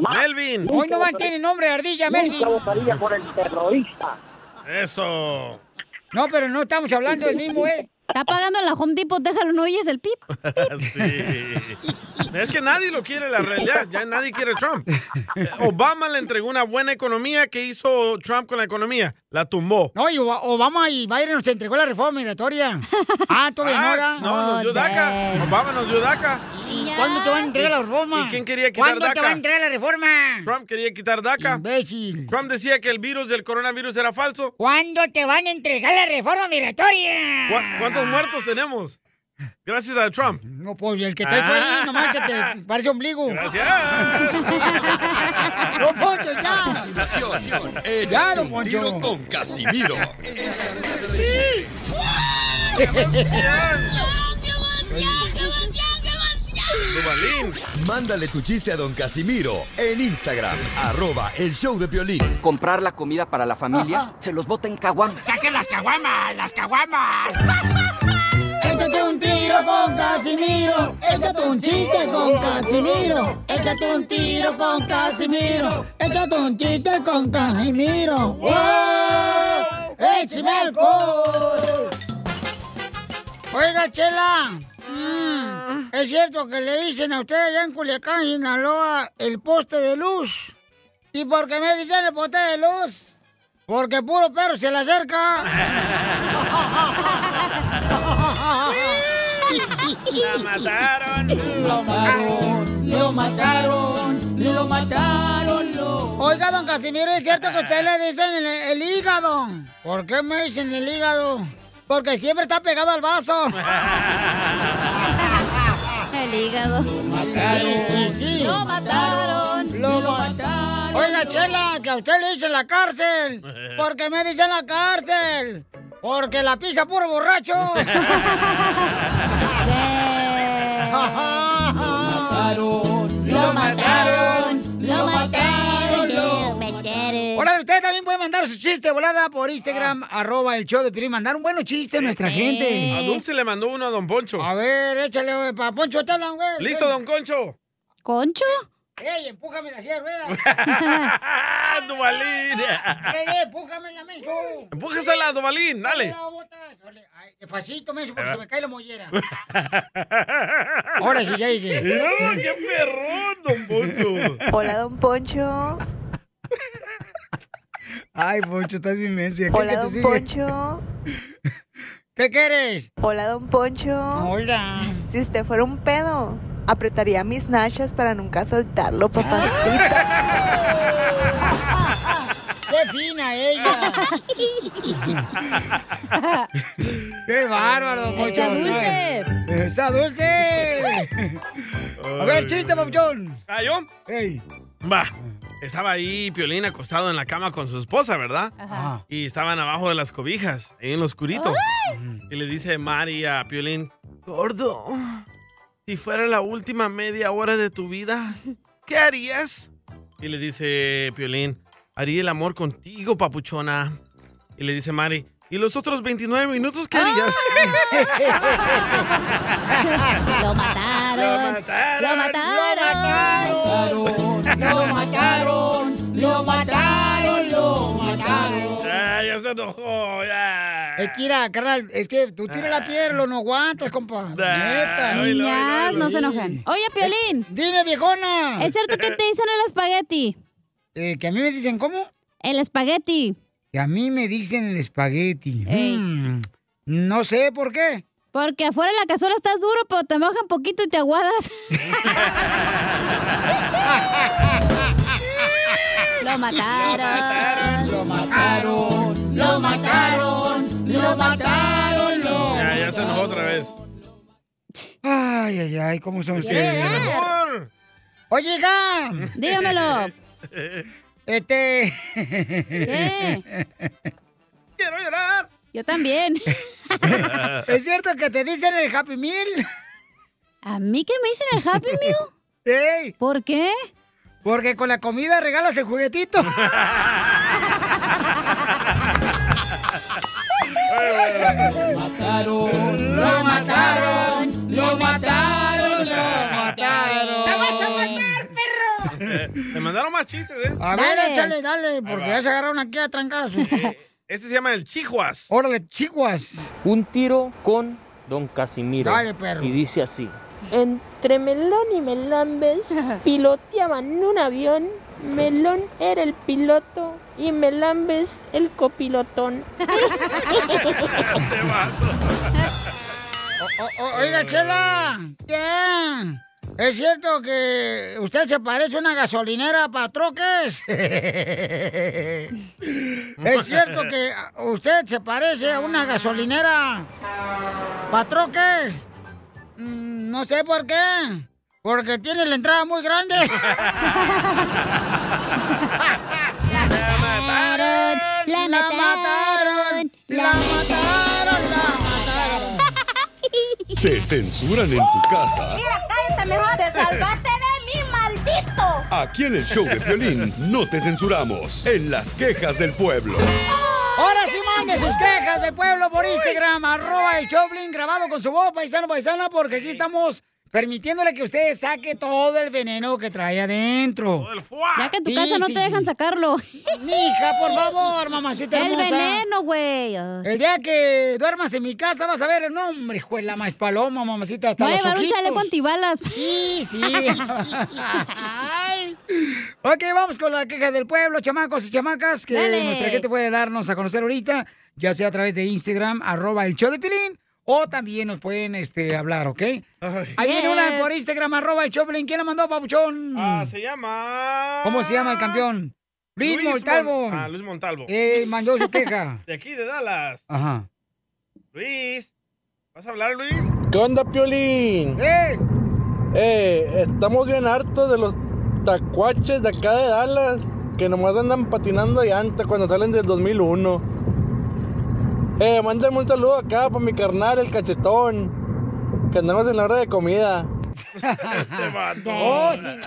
Melvin. Hoy no más tiene nombre, ardilla, Melvin.
votaría por el terrorista.
Eso.
No, pero no estamos hablando del mismo, ¿eh?
Está pagando la Home Depot, déjalo, no oyes el pip.
sí. Es que nadie lo quiere, la realidad. Ya nadie quiere a Trump. Eh, Obama le entregó una buena economía. que hizo Trump con la economía? La tumbó.
No, y Ob- Obama y Biden nos entregó la reforma migratoria. Ah, todavía no,
Ah,
¿verdad?
no, nos dio DACA. Obama nos dio DACA.
¿Y cuándo te van a entregar la reforma?
¿Y quién quería quitar
¿Cuándo te
DACA?
van a entregar la reforma?
Trump quería quitar DACA. Trump decía que el virus del coronavirus era falso.
¿Cuándo te van a entregar la reforma migratoria?
¿Cu- ¿Cuántos muertos tenemos? Gracias a Trump. Ah.
No, pues el que trae tú ahí, nomás que te parece ombligo. ¡No, Poncho, ya!
Continuación,
Ya,
échate
don
un
Poncho.
tiro con Casimiro. Mándale tu chiste a don Casimiro en Instagram, arroba el show de violín.
Comprar la comida para la familia, se los bota en caguamas.
¡Saquen las caguamas! ¡Las caguamas!
Échate un tiro con Casimiro. Échate un chiste con Casimiro. Échate un tiro con Casimiro. Échate un chiste con Casimiro. ¡Wow!
¡Échame alcohol! Oiga, Chela. mm, ¿Es cierto que le dicen a usted allá en Culiacán, Sinaloa, el poste de luz? ¿Y por qué me dicen el poste de luz? Porque puro perro se le acerca.
¡La mataron!
Lo mataron, lo mataron, lo mataron, lo.
Oiga, don Casimiro, ¿es cierto que a usted le dicen el, el hígado? ¿Por qué me dicen el hígado? Porque siempre está pegado al vaso. El hígado. Sí, sí.
Lo mataron,
Lo
lo
mataron. Oiga, Chela, que a usted le dicen la cárcel. Porque me dicen la cárcel. Porque la pisa puro borracho.
Lo
mataron,
lo mataron,
lo mataron. Ahora usted también puede mandar su chiste volada por Instagram, arroba el show de Piolín. Mandar un buen chiste a nuestra gente.
Ah. A Dulce le mandó uno a Don Poncho.
A ver, échale para Poncho Tala, güey.
Listo, Don Concho.
¿Concho? ¡Ey, empújame la silla de ruedas!
¡Ah, Duvalín!
¡Ey, empújame la menso!
Empújesela, Duvalín, dale.
Despacito, menso, porque se me cae la mollera.
Ahora
Ahora sí ya llegué.
¡Mira, qué perrón, don Poncho!
Hola, don Poncho.
Ay, Poncho, estás bien menso.
Hola, don Poncho.
¿Qué quieres?
Hola, don Poncho.
Hola.
Si usted fuera un pedo, apretaría mis nachas para nunca soltarlo, papacito.
¡Qué fina ella! ¡Qué bárbaro, don Poncho!
Está dulce.
¡Está dulce! A ver, chiste, Papuchón.
¿Ah, yo?
¡Ey!
Va. Estaba ahí Piolín acostado en la cama con su esposa, ¿verdad?
Ajá.
Y estaban abajo de las cobijas, ahí en lo oscurito. Y le dice Mari a Piolín, Gordo, si fuera la última media hora de tu vida, ¿qué harías? Y le dice Piolín, haría el amor contigo, papuchona. Y le dice Mari, ¿y los otros 29 minutos
Ah.
qué harías?
Lo mataron. Lo mataron. Lo mataron. Lo mataron. Lo mataron.
Ah, ya se enojó, ya.
Es que, mira, carnal, es que tú tiras la piedra, lo no aguantas, compa. Neta. Eh,
oílo, Niñas, oílo, Ah, no se oílo. enojan. Oye, Piolín.
dime, viejona. Eh,
¿Es cierto que te dicen el espagueti?
que a mí me dicen, ¿cómo?
El espagueti. Eh.
Que a mí me dicen el espagueti.
Ey.
Mm, no sé por qué.
Porque afuera de la cazuela estás duro, pero te mojan poquito y te aguadas. Lo mataron.
Lo mataron. Lo mataron. Lo mataron. Lo
Ya, ya se enojó otra vez.
Ay, ay, ay, ¿cómo son ustedes?
Amor.
Oye, hija.
Dígamelo.
Este.
¿Qué?
Quiero llorar.
Yo también.
¿Es cierto que te dicen el Happy Meal?
¿A mí que me dicen el Happy Meal?
¡Ey!
¿Por qué?
Porque con la comida regalas el juguetito.
Lo mataron. Lo mataron. Lo mataron.
¡Te vas a
matar,
Te mandaron más chistes, ¿eh?
A ver, échale, dale, porque ya se agarraron aquí a trancazo.
Este se llama el Chihuas.
Órale, Chihuas.
Un tiro con Don Casimiro.
Dale, perro.
Y dice así.
Entre Melón y Melambes piloteaban un avión. Melón era el piloto y Melambes el copilotón.
Oh,
O- o- oiga, Chela. Ya. ¿Es cierto que usted se parece a una gasolinera para troques? ¿Es cierto que usted se parece a una gasolinera para troques? Mm, No sé por qué. Porque tiene la entrada muy grande.
La mataron, la mataron, la mataron.
Te censuran en tu casa.
Mira, cállate mejor. Te salvaste de mí, maldito.
Aquí en el show de violín no te censuramos. En las quejas del pueblo.
Ahora sí mande sus quejas del pueblo por Instagram, arroba el Choplin, grabado con su voz, paisano, paisana, porque aquí estamos permitiéndole que usted saque todo el veneno que trae adentro.
Ya que en tu casa no te dejan sacarlo.
Mija, por favor, mamacita
El
hermosa.
veneno, güey.
El día que duermas en mi casa vas a ver el nombre, hijo de la más paloma, mamacita. Hasta
Voy a
los
llevar un
ojitos.
chaleco antibalas.
Sí, sí. Ay. Ok, vamos con la queja del pueblo, chamacos y chamacas, que
Dale.
nuestra gente puede darnos a conocer ahorita, ya sea a través de Instagram, arroba el show de Pilín, o también nos pueden este, hablar, ¿ok? Ahí viene una
Yes.
por Instagram, arroba el show de Pilín. ¿Quién la mandó, papuchón?
Ah, se llama.
¿Cómo se llama el campeón? Luis,
Mon-
Montalvo.
Ah, Luis Montalvo.
Eh, mandó su queja.
De aquí, de Dallas.
Ajá.
Luis. ¿Vas a hablar, Luis?
¿Qué onda, Piolín? Eh,
¡Eh!
estamos bien hartos de los tacuaches de acá de Dallas que nomás andan patinando llanta cuando salen del 2001. Eh, mándenme un saludo acá para mi carnal, el cachetón, que andamos en la hora de comida.
Este vato.
Oh,
¿Qué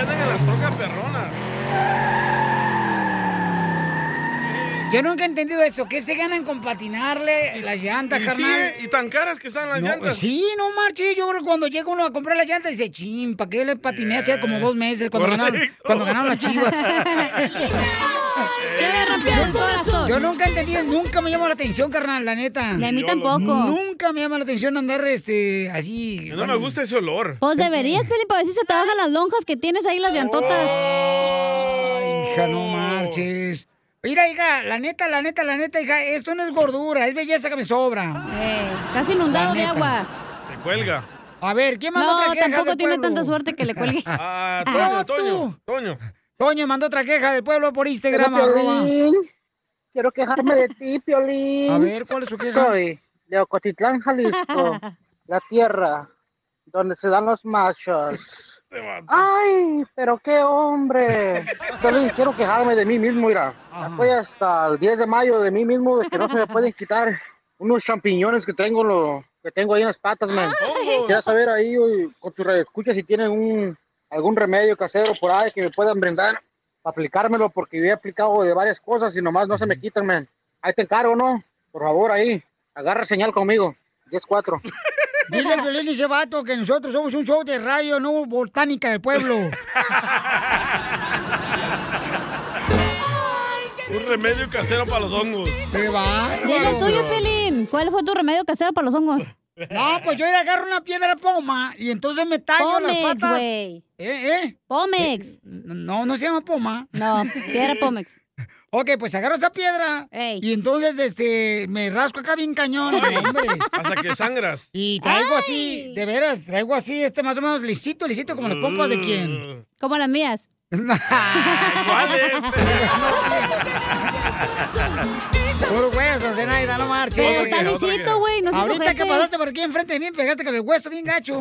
andan en las trocas perronas?
Yo nunca he entendido eso. ¿Qué se ganan con patinarle las llantas,
Y sí,
carnal?
y tan caras que están las
No,
llantas.
Sí, no marches. Yo creo que cuando llega uno a comprar la llanta dice, chin, ¿para qué le patiné hace como dos meses cuando,
Eh, Correcto.
ganaron, cuando ganaron las chivas?
el corazón.
Yo nunca entendí, nunca me llamó la atención, carnal, la neta.
Ni a mí tampoco.
Nunca me llama la atención andar este, así.
No me gusta ese olor.
Pues deberías, Pelín, para ver si se te bajan las lonjas que tienes ahí, las llantotas.
Oh. Hija, no marches. Mira, hija, la neta, la neta, la neta, hija, esto no es gordura, es belleza que me sobra.
casi Eh, inundado de agua.
Te cuelga.
A ver, ¿quién mandó
No,
otra queja?
tampoco
del
tiene
pueblo?
tanta suerte que le cuelgue.
Ah,
No,
Toño, Toño,
tú.
Toño.
Toño mandó otra queja del pueblo por Instagram.
Pero,
arroba.
Piolín, Quiero quejarme de ti, Piolín.
A ver, ¿cuál es su queja?
Soy de Ocotitlán, Jalisco, la tierra donde se dan los machos. Ay, pero qué hombre. Piolín, quiero quejarme de mí mismo, mira. Estoy hasta el 10 de mayo de mí mismo, de que no se me pueden quitar unos champiñones que tengo, en lo, que tengo ahí en las patas, man. Quisiera saber ahí uy, con tu escucha si tienen un, algún remedio casero por ahí que me puedan brindar para aplicármelo, porque yo he aplicado de varias cosas y nomás no se me quitan, man. Ahí te encargo, ¿no? Por favor, ahí. Agarra señal conmigo. 10-4.
Dile al violín y ese vato que nosotros somos un show de radio, no botánica del pueblo.
Un remedio casero para los hongos.
Se va.
Dile el tuyo, Pelín. ¿Cuál fue tu remedio casero para los hongos?
No, pues yo ir a agarrar una piedra poma y entonces me tallo
Pomex,
las patas.
güey.
¿Eh, eh?
Pomex.
no, no se llama poma.
No, piedra Pomex.
Ok, pues agarro esa piedra y entonces este me rasco acá bien cañón, hombre.
Hasta que sangras.
Y traigo así, de veras, traigo así este más o menos lisito, lisito como las pompas de quién.
Como las mías.
Puro hueso, Zenaida, no marches.
Pero está lisito, güey, no seas
Ahorita que
ojete.
pasaste por aquí enfrente de mí, pegaste con el hueso bien gacho.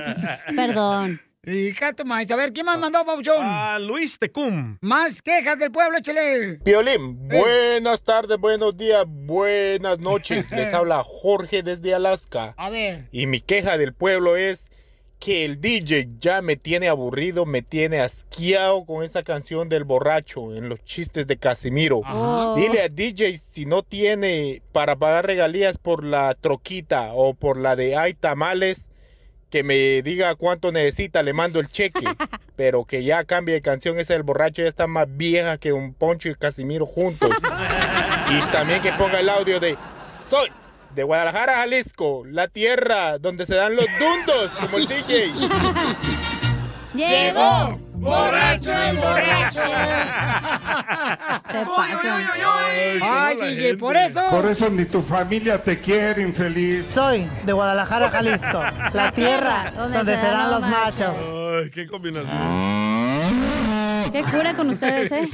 Perdón.
Hija tu maíz. A ver, ¿quién más mandó, Pauchón?
Ah, Luis Tecum.
Más quejas del pueblo, échale. Eh,
Violín, buenas tardes, buenos días, buenas noches. Les habla Jorge desde Alaska.
A ver.
Y mi queja del pueblo es que el DJ ya me tiene aburrido, me tiene asqueado con esa canción del borracho en los chistes de Casimiro.
Ajá.
Dile a DJ si no tiene para pagar regalías por la troquita o por la de Hay Tamales, que me diga cuánto necesita, le mando el cheque. Pero que ya cambie de canción, esa del borracho ya está más vieja que un Poncho y Casimiro juntos. y también que ponga el audio de Soy de Guadalajara, Jalisco, la tierra donde se dan los dundos, como el DJ.
Llegó borracho en borracho.
Ay, DJ, por eso.
Por eso ni tu familia te quiere, infeliz.
Soy de Guadalajara, Jalisco, la tierra donde,
se
serán
dan los
los machos.
Ay, qué combinación.
Ah.
Qué cura con ustedes, ¿eh?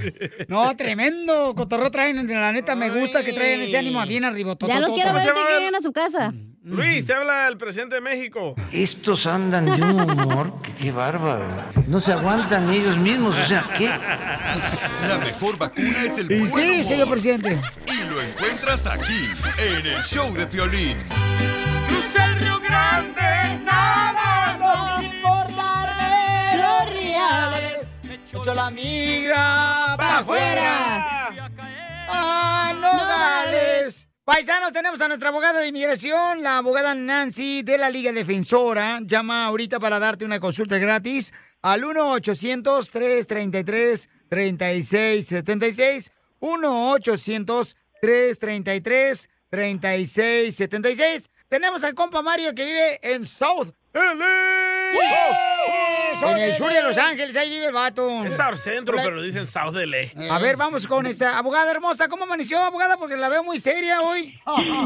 No, tremendo. Cotorreo traen, la neta, me gusta que traen ese ánimo bien arriba.
Ya los quiero ver que
llama él?
lleguen a su casa.
Luis, te habla el presidente de México.
Estos andan de un humor que qué bárbaro. No se aguantan ellos mismos, o sea, ¿qué?
La mejor vacuna es el
Y
buen
sí,
humor.
señor
presidente.
Y lo encuentras aquí, en el show de Piolín.
Río Grande, nada nos importarme.
Los reales, Yo la migra para afuera. ¡Ah, Nogales! Paisanos, tenemos a nuestra abogada de inmigración, la abogada Nancy de la Liga Defensora. Llama ahorita para darte una consulta gratis al 1-800-333-3676. 1-800-333-3676. Tenemos al compa Mario que vive en South LA. En el sur de Los Ángeles, ahí vive el vato.
Es South Centro, pero dicen South de ley.
A ver, vamos con esta abogada hermosa. ¿Cómo amaneció, abogada? Porque la veo muy seria hoy.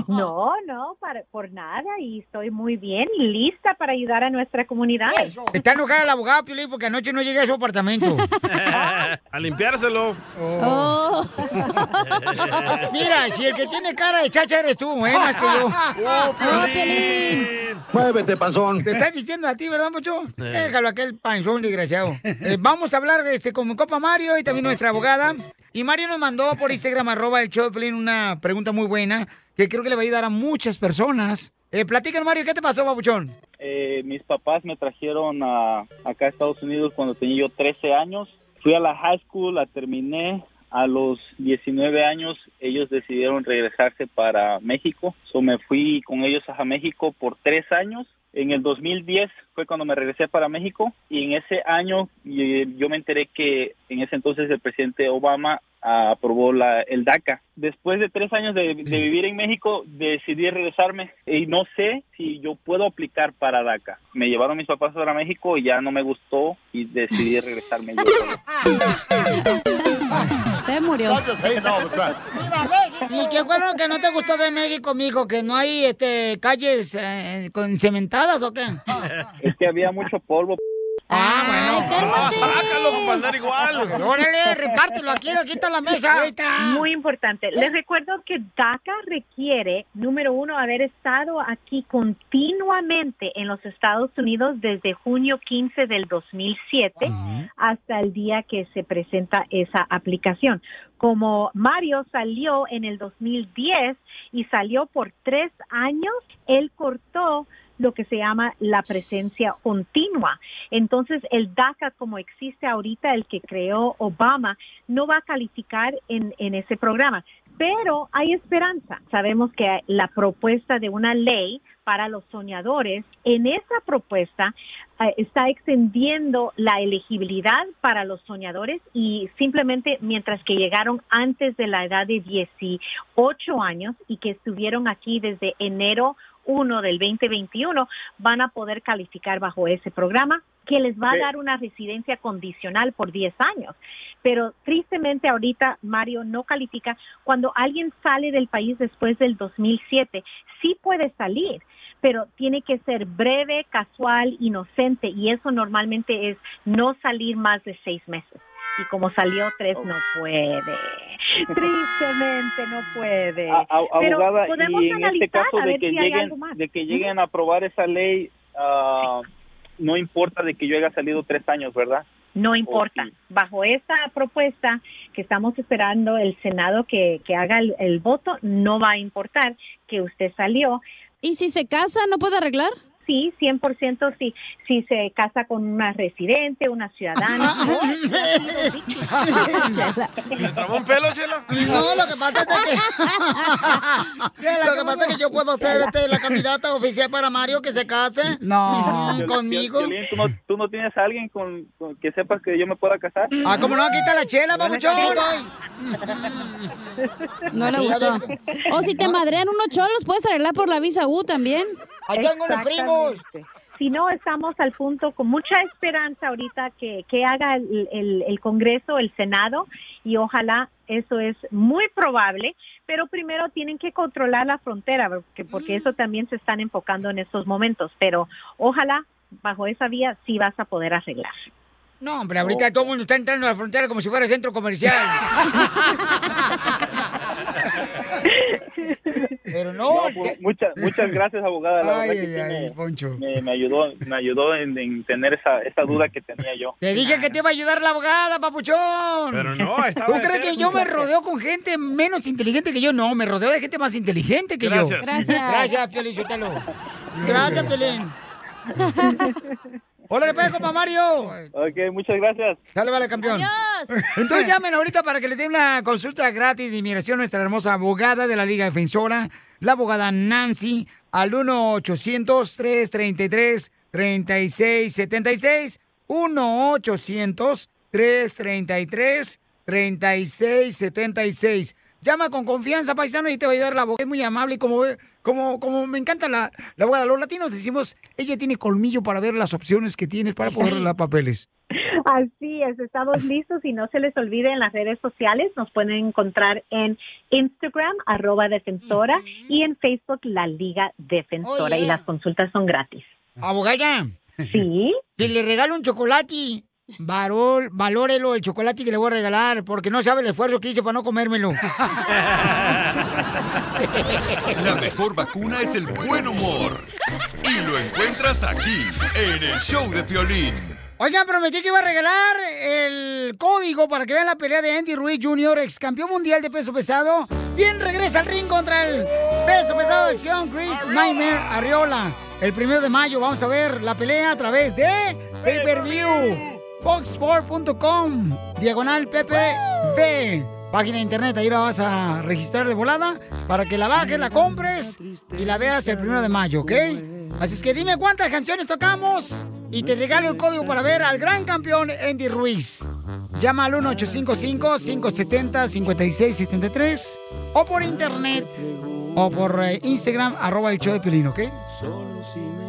No, no, para- por nada. Y estoy muy bien, lista para ayudar a nuestra comunidad.
Está enojada la abogada, Piolín, porque anoche no llegué a su apartamento.
a limpiárselo.
Oh.
Oh.
Oh.
Mira, si el que tiene cara de chacha eres tú, ¿eh? Más que yo.
Oh, Piolín.
Muévete, panzón.
Te estás diciendo a ti, ¿verdad, Pocho?
Eh.
Déjalo aquel panzón desgraciado. Eh, vamos a hablar este, con mi copa Mario y también nuestra abogada. Y Mario nos mandó por Instagram, arroba el show de Piolín, una pregunta muy buena que creo que le va a ayudar a muchas personas. Eh, platícanos, Mario, ¿qué te pasó, babuchón?
Eh, mis papás me trajeron a, acá a Estados Unidos cuando tenía yo 13 años. Fui a la high school, la terminé. A los 19 años ellos decidieron regresarse para México. So, me fui con ellos a México por tres años. En el 2010 fue cuando me regresé para México y en ese año eh, yo me enteré que en ese entonces el presidente Obama ah, aprobó la, el DACA. Después de tres años de, de vivir en México decidí regresarme y no sé si yo puedo aplicar para DACA. Me llevaron mis papás para México y ya no me gustó y decidí regresarme.
Se murió.
¿Y qué fue lo que no te gustó de México, mijo? ¿Que no hay este, calles eh, con cementadas o qué?
es que había mucho polvo.
Ah, sácalo para andar igual.
Órale, repártelo aquí, aquí está la mesa. Ahí está.
Muy importante. Les recuerdo que DACA requiere, número uno, haber estado aquí continuamente en los Estados Unidos desde junio 15 del 2007 hasta el día que se presenta esa aplicación. Como Mario salió en el 2010 y salió por tres años, él cortó lo que se llama la presencia continua. Entonces, el DACA, como existe ahorita, el que creó Obama, no va a calificar en, en ese programa. Pero hay esperanza. Sabemos que la propuesta de una ley para los soñadores, en esa propuesta eh, está extendiendo la elegibilidad para los soñadores y simplemente mientras que llegaron antes de la edad de 18 años y que estuvieron aquí desde enero 1 del 2021 van a poder calificar bajo ese programa que les va a
Sí.
dar una residencia condicional por 10 años. Pero tristemente ahorita Mario no califica. Cuando alguien sale del país después del 2007, sí puede salir, pero tiene que ser breve, casual, inocente y eso normalmente es no salir más de seis meses. Y como salió tres, no puede. Tristemente no puede.
A- a-
Pero
abogada,
podemos
y en este
analizar
caso
a
de
ver
que,
si hay
lleguen,
algo más.
de que lleguen a aprobar esa ley, ah, no importa de que yo haya salido tres años, ¿verdad?
No importa. Bajo esta propuesta que estamos esperando el Senado que, que haga el, el voto, no va a importar que usted salió.
¿Y si se casa, no puede arreglar?
sí, 100% sí, si se casa con una residente, una ciudadana.
¿Le trabó un pelo, Chela?
No, lo que pasa es de que. lo que pasa es que yo puedo ser este, la candidata oficial para Mario que se case. No, Ah, conmigo.
Piolín, ¿tú, no, tú no tienes a alguien con, con que sepas que yo me pueda casar?
Ah, ¿cómo no? Aquí está la chela, papuchón.
No le gustó. O si te madrean unos cholos, puedes arreglar por la visa U también.
Ahí tengo los primos.
Si no, estamos al punto con mucha esperanza ahorita que, que haga el, el- el Congreso, el Senado, y ojalá eso es muy probable, pero primero tienen que controlar la frontera, porque, porque eso también se están enfocando en estos momentos, pero ojalá bajo esa vía sí vas a poder arreglar.
No, hombre, ahorita todo el mundo está entrando a la frontera como si fuera centro comercial. Pero no.
pues, muchas, muchas gracias, abogada. La
Ay,
verdad que sí
ay,
me- me, me ayudó, me ayudó en, en tener esa, esa duda que tenía yo.
Te dije que te iba a ayudar la abogada, papuchón.
Pero no, estaba
¿Tú
de
crees que
terco.
yo me rodeo con gente menos inteligente que yo? No, me rodeo de gente más inteligente que
Gracias.
yo.
Gracias.
Gracias, Piolín Sotelo. Gracias, Piolín. Hola, después, compa Mario.
Ok, muchas gracias.
Dale, vale, campeón. Entonces llamen ahorita para que le den una consulta gratis de inmigración a nuestra hermosa abogada de la Liga Defensora, la abogada Nancy, al 1-800-333-3676. 1-800-333-3676. Llama con confianza, paisano, y te va a ayudar la abogada. Es muy amable y como, como, como me encanta la, la abogada. Los latinos decimos, ella tiene colmillo para ver las opciones que tienes para poder arreglar papeles.
Así es, estamos listos y no se les olvide en las redes sociales, nos pueden encontrar en Instagram, arroba defensora, y en Facebook, la Liga Defensora,
Oye.
y las consultas son gratis.
Abogada.
Sí.
Si le regalo un chocolate, varol, valórelo el chocolate que le voy a regalar, porque no sabe el esfuerzo que hice para no comérmelo.
La mejor vacuna es el buen humor. Y lo encuentras aquí, en el show de Piolín.
Oigan, prometí que iba a regalar el código para que vean la pelea de Andy Ruiz Jr., ex campeón mundial de peso pesado. Bien regresa al ring contra el peso pesado de acción, Chris Nightmare Arriola. El primero de mayo vamos a ver la pelea a través de Pay Per View, foxsport.com, diagonal PPV. Página de internet, ahí la vas a registrar de volada para que la bajes, la compres y la veas el primero de mayo, ¿ok? Así es que dime cuántas canciones tocamos y te regalo el código para ver al gran campeón Andy Ruiz. Llama al 1-855-570-5673 o por internet o por eh, Instagram, arroba el show de Pelín, ¿ok?
Solo si me